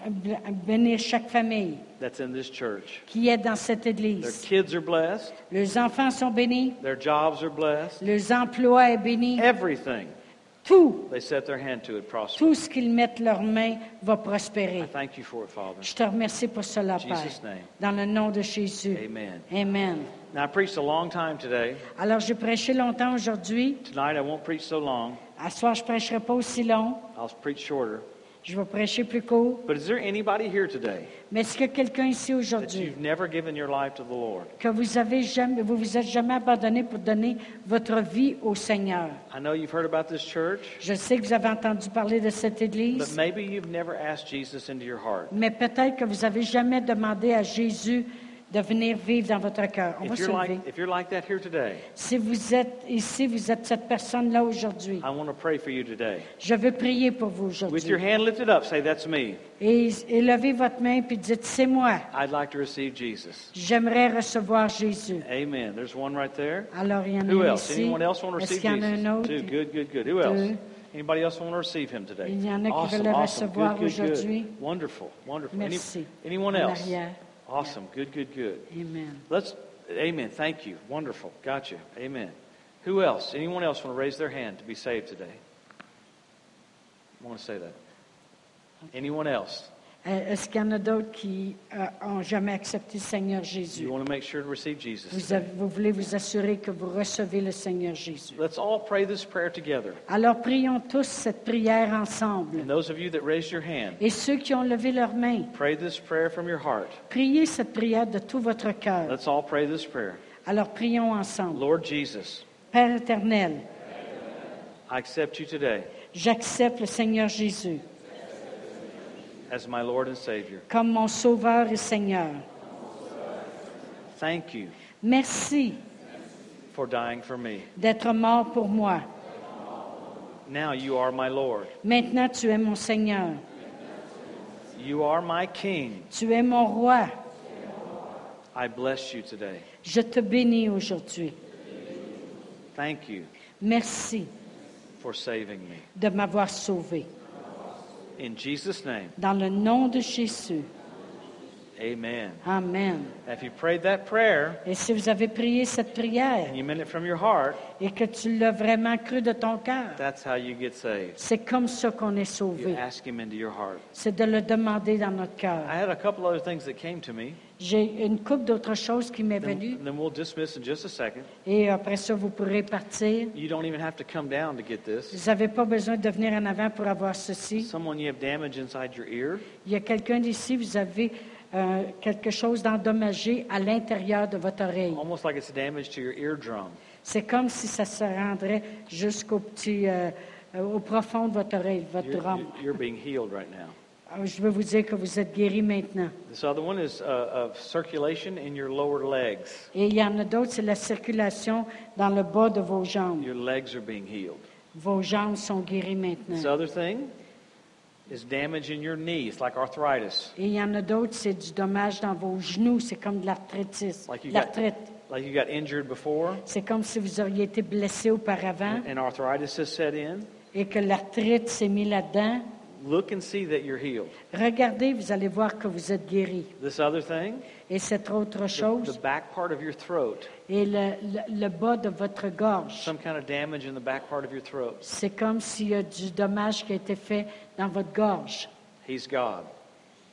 [SPEAKER 1] b- bénir chaque famille
[SPEAKER 2] that's in this church.
[SPEAKER 1] qui est dans cette
[SPEAKER 2] Their
[SPEAKER 1] Église.
[SPEAKER 2] kids are blessed,
[SPEAKER 1] Leurs enfants sont bénis,
[SPEAKER 2] their jobs are blessed,
[SPEAKER 1] leurs emplois est béni.
[SPEAKER 2] everything
[SPEAKER 1] Tout,
[SPEAKER 2] they set their hand to it prospers.
[SPEAKER 1] tout ce qu'ils mettent leurs mains va
[SPEAKER 2] I
[SPEAKER 1] prospérer.
[SPEAKER 2] thank you for it, Father.
[SPEAKER 1] Je te remercie pour cela,
[SPEAKER 2] In
[SPEAKER 1] Père.
[SPEAKER 2] Jesus' name.
[SPEAKER 1] Dans le nom de Jésus.
[SPEAKER 2] Amen.
[SPEAKER 1] Amen.
[SPEAKER 2] Now, I preached a long time today.
[SPEAKER 1] Alors, j'ai prêché longtemps aujourd'hui.
[SPEAKER 2] Tonight, I won't preach so long.
[SPEAKER 1] À ce soir, je ne prêcherai pas aussi long.
[SPEAKER 2] I'll preach shorter.
[SPEAKER 1] Je vais prêcher plus court.
[SPEAKER 2] But is there anybody here today
[SPEAKER 1] Mais est-ce qu'il y a quelqu'un ici
[SPEAKER 2] that
[SPEAKER 1] aujourd'hui
[SPEAKER 2] you've never given your life to the Lord?
[SPEAKER 1] que vous avez jamais, vous vous êtes jamais abandonné pour donner votre vie au Seigneur?
[SPEAKER 2] I know you've heard about this church,
[SPEAKER 1] Je sais que vous avez entendu parler de cette
[SPEAKER 2] but
[SPEAKER 1] Église,
[SPEAKER 2] maybe you've never asked Jesus into your heart.
[SPEAKER 1] mais peut-être que vous n'avez jamais demandé à Jésus de venir vivre dans votre cœur. On va
[SPEAKER 2] If
[SPEAKER 1] se
[SPEAKER 2] you're
[SPEAKER 1] lever.
[SPEAKER 2] like, if you're like that here today,
[SPEAKER 1] Si vous êtes ici, vous êtes cette personne-là aujourd'hui.
[SPEAKER 2] I want to pray for you today.
[SPEAKER 1] Je veux prier pour vous
[SPEAKER 2] Ah. With your
[SPEAKER 1] aujourd'hui.
[SPEAKER 2] hand lifted up, say, That's me.
[SPEAKER 1] Et, et levez votre main puis dites, c'est moi.
[SPEAKER 2] I'd like to receive Jesus.
[SPEAKER 1] J'aimerais recevoir Jésus.
[SPEAKER 2] Amen. There's one right there.
[SPEAKER 1] Alors, il y en
[SPEAKER 2] Who
[SPEAKER 1] a un
[SPEAKER 2] else?
[SPEAKER 1] ici.
[SPEAKER 2] Anyone else want to
[SPEAKER 1] Est-ce
[SPEAKER 2] receive
[SPEAKER 1] qu'il y en a un
[SPEAKER 2] Jesus?
[SPEAKER 1] autre?
[SPEAKER 2] Two. Good, good, good. Who else?
[SPEAKER 1] Deux.
[SPEAKER 2] Anybody else want to receive him today?
[SPEAKER 1] Il y en a qui
[SPEAKER 2] awesome,
[SPEAKER 1] veulent le
[SPEAKER 2] awesome.
[SPEAKER 1] recevoir
[SPEAKER 2] good, good,
[SPEAKER 1] aujourd'hui.
[SPEAKER 2] good. Wonderful, wonderful. Any-
[SPEAKER 1] Merci.
[SPEAKER 2] anyone
[SPEAKER 1] En
[SPEAKER 2] else?
[SPEAKER 1] arrière.
[SPEAKER 2] Awesome. Good, good, good.
[SPEAKER 1] Amen.
[SPEAKER 2] Let's. Amen. Thank you. Wonderful. Gotcha. Amen. Who else? Anyone else want to raise their hand to be saved today? I want to say that. Anyone else?
[SPEAKER 1] Euh, Est-ce qu'il y en a d'autres qui n'ont jamais accepté le Seigneur Jésus?
[SPEAKER 2] You want to make sure to receive Jesus.
[SPEAKER 1] Vous,
[SPEAKER 2] today.
[SPEAKER 1] avez- vous voulez vous assurer que vous recevez le Seigneur Jésus.
[SPEAKER 2] Let's all pray this prayer together.
[SPEAKER 1] Alors prions tous cette prière ensemble.
[SPEAKER 2] And those of you that raised your hand,
[SPEAKER 1] Et ceux qui ont levé leurs mains,
[SPEAKER 2] pray this prayer from your heart.
[SPEAKER 1] priez cette prière de tout votre cœur.
[SPEAKER 2] Let's all pray this prayer.
[SPEAKER 1] Alors prions ensemble.
[SPEAKER 2] Lord Jesus,
[SPEAKER 1] Père éternel,
[SPEAKER 2] I accept you today
[SPEAKER 1] j'accepte le Seigneur Jésus
[SPEAKER 2] as my Lord and Savior.
[SPEAKER 1] comme mon Sauveur et Seigneur.
[SPEAKER 2] Thank you
[SPEAKER 1] Merci
[SPEAKER 2] for dying for me.
[SPEAKER 1] d'être mort pour moi.
[SPEAKER 2] Now you are my Lord.
[SPEAKER 1] Maintenant, tu es mon Seigneur.
[SPEAKER 2] You are my King.
[SPEAKER 1] Tu es mon roi.
[SPEAKER 2] I bless you today.
[SPEAKER 1] Je te bénis aujourd'hui.
[SPEAKER 2] Thank you
[SPEAKER 1] Merci
[SPEAKER 2] for saving me.
[SPEAKER 1] de m'avoir sauvé.
[SPEAKER 2] In Jesus' name,
[SPEAKER 1] Dans le nom de Jésus.
[SPEAKER 2] amen.
[SPEAKER 1] Amen.
[SPEAKER 2] Now, if you prayed that prayer
[SPEAKER 1] Et si vous avez prié cette prière
[SPEAKER 2] and you meant it from your heart,
[SPEAKER 1] et que tu l'as vraiment cru de ton cœur,
[SPEAKER 2] that's how you get saved.
[SPEAKER 1] c'est comme ça qu'on est
[SPEAKER 2] You
[SPEAKER 1] sauvé.
[SPEAKER 2] ask Him into your heart.
[SPEAKER 1] C'est de le demander dans notre
[SPEAKER 2] I
[SPEAKER 1] cœur.
[SPEAKER 2] had a couple other things that came to me.
[SPEAKER 1] J'ai une coupe d'autres choses qui m'est venue
[SPEAKER 2] Then, then we'll dismiss in just a second.
[SPEAKER 1] et après ça, vous pourrez partir.
[SPEAKER 2] You don't even have to come down to get this.
[SPEAKER 1] Vous n'avez pas besoin de venir en avant pour avoir ceci.
[SPEAKER 2] Someone you have damage inside your ear.
[SPEAKER 1] Il y a quelqu'un d'ici, vous avez euh, quelque chose d'endommagé à l'intérieur de votre oreille.
[SPEAKER 2] almost like it's damage to your eardrum.
[SPEAKER 1] C'est comme si ça se rendrait jusqu'au petit, euh, euh, au profond de votre oreille, votre
[SPEAKER 2] You're,
[SPEAKER 1] rame.
[SPEAKER 2] you're- you're being healed right now.
[SPEAKER 1] Ah, Je veux vous dire que vous êtes guéri maintenant.
[SPEAKER 2] This other one is uh, of circulation in your lower legs.
[SPEAKER 1] Et il y en a d'autres, c'est la circulation dans le bas de vos jambes.
[SPEAKER 2] Your legs are being healed.
[SPEAKER 1] Vos jambes sont guéries
[SPEAKER 2] This
[SPEAKER 1] maintenant.
[SPEAKER 2] other thing is damage in your knees, like arthritis.
[SPEAKER 1] Et il y en a d'autres, c'est du dommage dans vos genoux. C'est comme de l'arthritis.
[SPEAKER 2] Like you got-
[SPEAKER 1] L'arthrite.
[SPEAKER 2] Like you got injured before
[SPEAKER 1] C'est comme si vous auriez été blessé auparavant
[SPEAKER 2] and arthritis has set in.
[SPEAKER 1] et que l'arthrite s'est mis là-dedans.
[SPEAKER 2] Look and see that you're healed.
[SPEAKER 1] Regardez, vous allez voir que vous êtes guéri.
[SPEAKER 2] This other thing,
[SPEAKER 1] Et cette autre
[SPEAKER 2] the, the
[SPEAKER 1] chose
[SPEAKER 2] back part of your throat,
[SPEAKER 1] est le, le- le bas de votre gorge.
[SPEAKER 2] some kind of damage in the back part of your throat.
[SPEAKER 1] C'est comme s'il y a du dommage qui a été fait dans votre gorge.
[SPEAKER 2] He's God.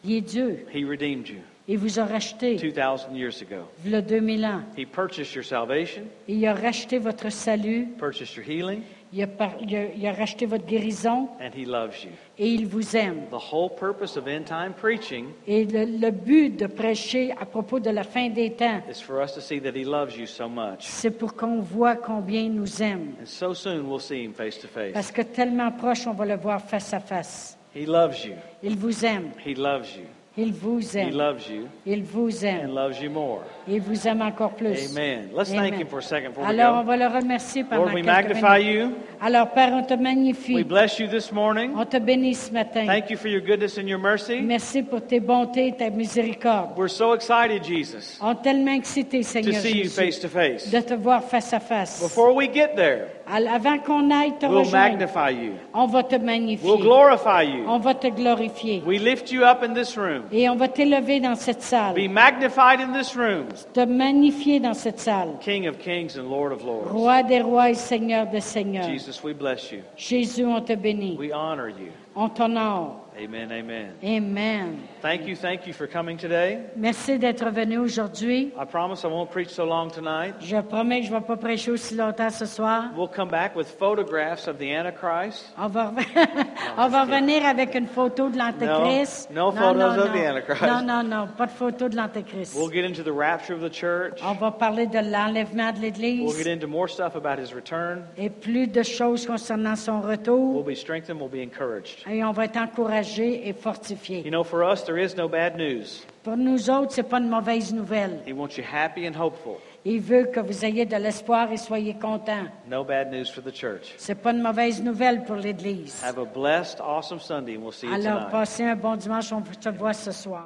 [SPEAKER 1] Il est Dieu.
[SPEAKER 2] He redeemed you
[SPEAKER 1] Il vous a racheté,
[SPEAKER 2] 2,000 years ago.
[SPEAKER 1] il y a 2000 ans.
[SPEAKER 2] He purchased your salvation,
[SPEAKER 1] Il a racheté votre salut,
[SPEAKER 2] purchased your healing,
[SPEAKER 1] il a, par- il a- il a racheté votre guérison
[SPEAKER 2] and He loves you.
[SPEAKER 1] et il vous aime.
[SPEAKER 2] The whole purpose of end time preaching
[SPEAKER 1] Et le, le but de prêcher à propos de la fin des temps,
[SPEAKER 2] is for us to see that He loves you so much.
[SPEAKER 1] c'est pour qu'on voit combien il nous aime.
[SPEAKER 2] And so soon we'll see Him face to face.
[SPEAKER 1] Parce que tellement proche, on va le voir face à face.
[SPEAKER 2] He loves you.
[SPEAKER 1] Il vous aime.
[SPEAKER 2] He loves you.
[SPEAKER 1] Il vous
[SPEAKER 2] He
[SPEAKER 1] aime.
[SPEAKER 2] loves you
[SPEAKER 1] Il vous
[SPEAKER 2] and
[SPEAKER 1] aime.
[SPEAKER 2] loves you more.
[SPEAKER 1] Il vous aime encore plus.
[SPEAKER 2] Amen. Let's thank him for a second before we
[SPEAKER 1] Alors,
[SPEAKER 2] go.
[SPEAKER 1] on va le remercier pendant
[SPEAKER 2] Lord, we
[SPEAKER 1] quelques
[SPEAKER 2] magnify
[SPEAKER 1] minutes.
[SPEAKER 2] you.
[SPEAKER 1] Alors, Père, on te
[SPEAKER 2] We
[SPEAKER 1] magnifie.
[SPEAKER 2] bless you this morning.
[SPEAKER 1] On te bénit ce matin.
[SPEAKER 2] Thank you for your goodness and your mercy.
[SPEAKER 1] Merci pour tes bontés et ta miséricorde.
[SPEAKER 2] We're so excited, Jesus,
[SPEAKER 1] On est tellement excité,
[SPEAKER 2] to
[SPEAKER 1] Seigneur
[SPEAKER 2] see you
[SPEAKER 1] Jésus,
[SPEAKER 2] face to face.
[SPEAKER 1] de te voir face à face.
[SPEAKER 2] Before we get there,
[SPEAKER 1] Al- Avant qu'on aille te
[SPEAKER 2] we'll
[SPEAKER 1] rejoindre,
[SPEAKER 2] magnify you.
[SPEAKER 1] on va te magnifier.
[SPEAKER 2] We'll glorify you.
[SPEAKER 1] on va te glorifier.
[SPEAKER 2] We lift you up in this room.
[SPEAKER 1] Et on va t'élever dans cette salle.
[SPEAKER 2] Be magnified in this room,
[SPEAKER 1] te magnifier dans cette salle.
[SPEAKER 2] King of kings and Lord of lords.
[SPEAKER 1] Roi des rois et Seigneur des seigneurs.
[SPEAKER 2] Jesus, we bless you.
[SPEAKER 1] Jésus, on te bénit.
[SPEAKER 2] We honor you.
[SPEAKER 1] On t'honore.
[SPEAKER 2] Amen, amen.
[SPEAKER 1] Amen.
[SPEAKER 2] Thank you, thank you for coming today.
[SPEAKER 1] Merci d'être venu aujourd'hui.
[SPEAKER 2] I promise I won't preach so long tonight.
[SPEAKER 1] Je promets que je ne vais pas prêcher aussi longtemps ce soir.
[SPEAKER 2] We'll come back with photographs of the Antichrist.
[SPEAKER 1] On va, rev- on va revenir avec une photo de l'Antéchrist.
[SPEAKER 2] No, no
[SPEAKER 1] non,
[SPEAKER 2] photos
[SPEAKER 1] non,
[SPEAKER 2] of the
[SPEAKER 1] non.
[SPEAKER 2] Antichrist.
[SPEAKER 1] Non, non, non, pas de photo de l'Antéchrist.
[SPEAKER 2] We'll get into the rapture of the church.
[SPEAKER 1] On va parler de l'enlèvement de
[SPEAKER 2] We'll get
[SPEAKER 1] l'Église
[SPEAKER 2] into more stuff about his return.
[SPEAKER 1] et plus de choses concernant son
[SPEAKER 2] We'll
[SPEAKER 1] retour.
[SPEAKER 2] be strengthened, we'll be encouraged.
[SPEAKER 1] Et on va être encouragés et
[SPEAKER 2] You
[SPEAKER 1] fortifiés.
[SPEAKER 2] know, for us, there is no bad news.
[SPEAKER 1] Pour nous autres, c'est pas une mauvaise nouvelle.
[SPEAKER 2] He wants you happy and hopeful.
[SPEAKER 1] Il veut que vous ayez de l'espoir et soyez contents.
[SPEAKER 2] No bad news for the church.
[SPEAKER 1] C'est pas une mauvaise nouvelle pour l'Église.
[SPEAKER 2] Have a blessed, awesome Sunday, and we'll see you
[SPEAKER 1] Alors,
[SPEAKER 2] tonight.
[SPEAKER 1] passez un bon dimanche. On se voit ce soir.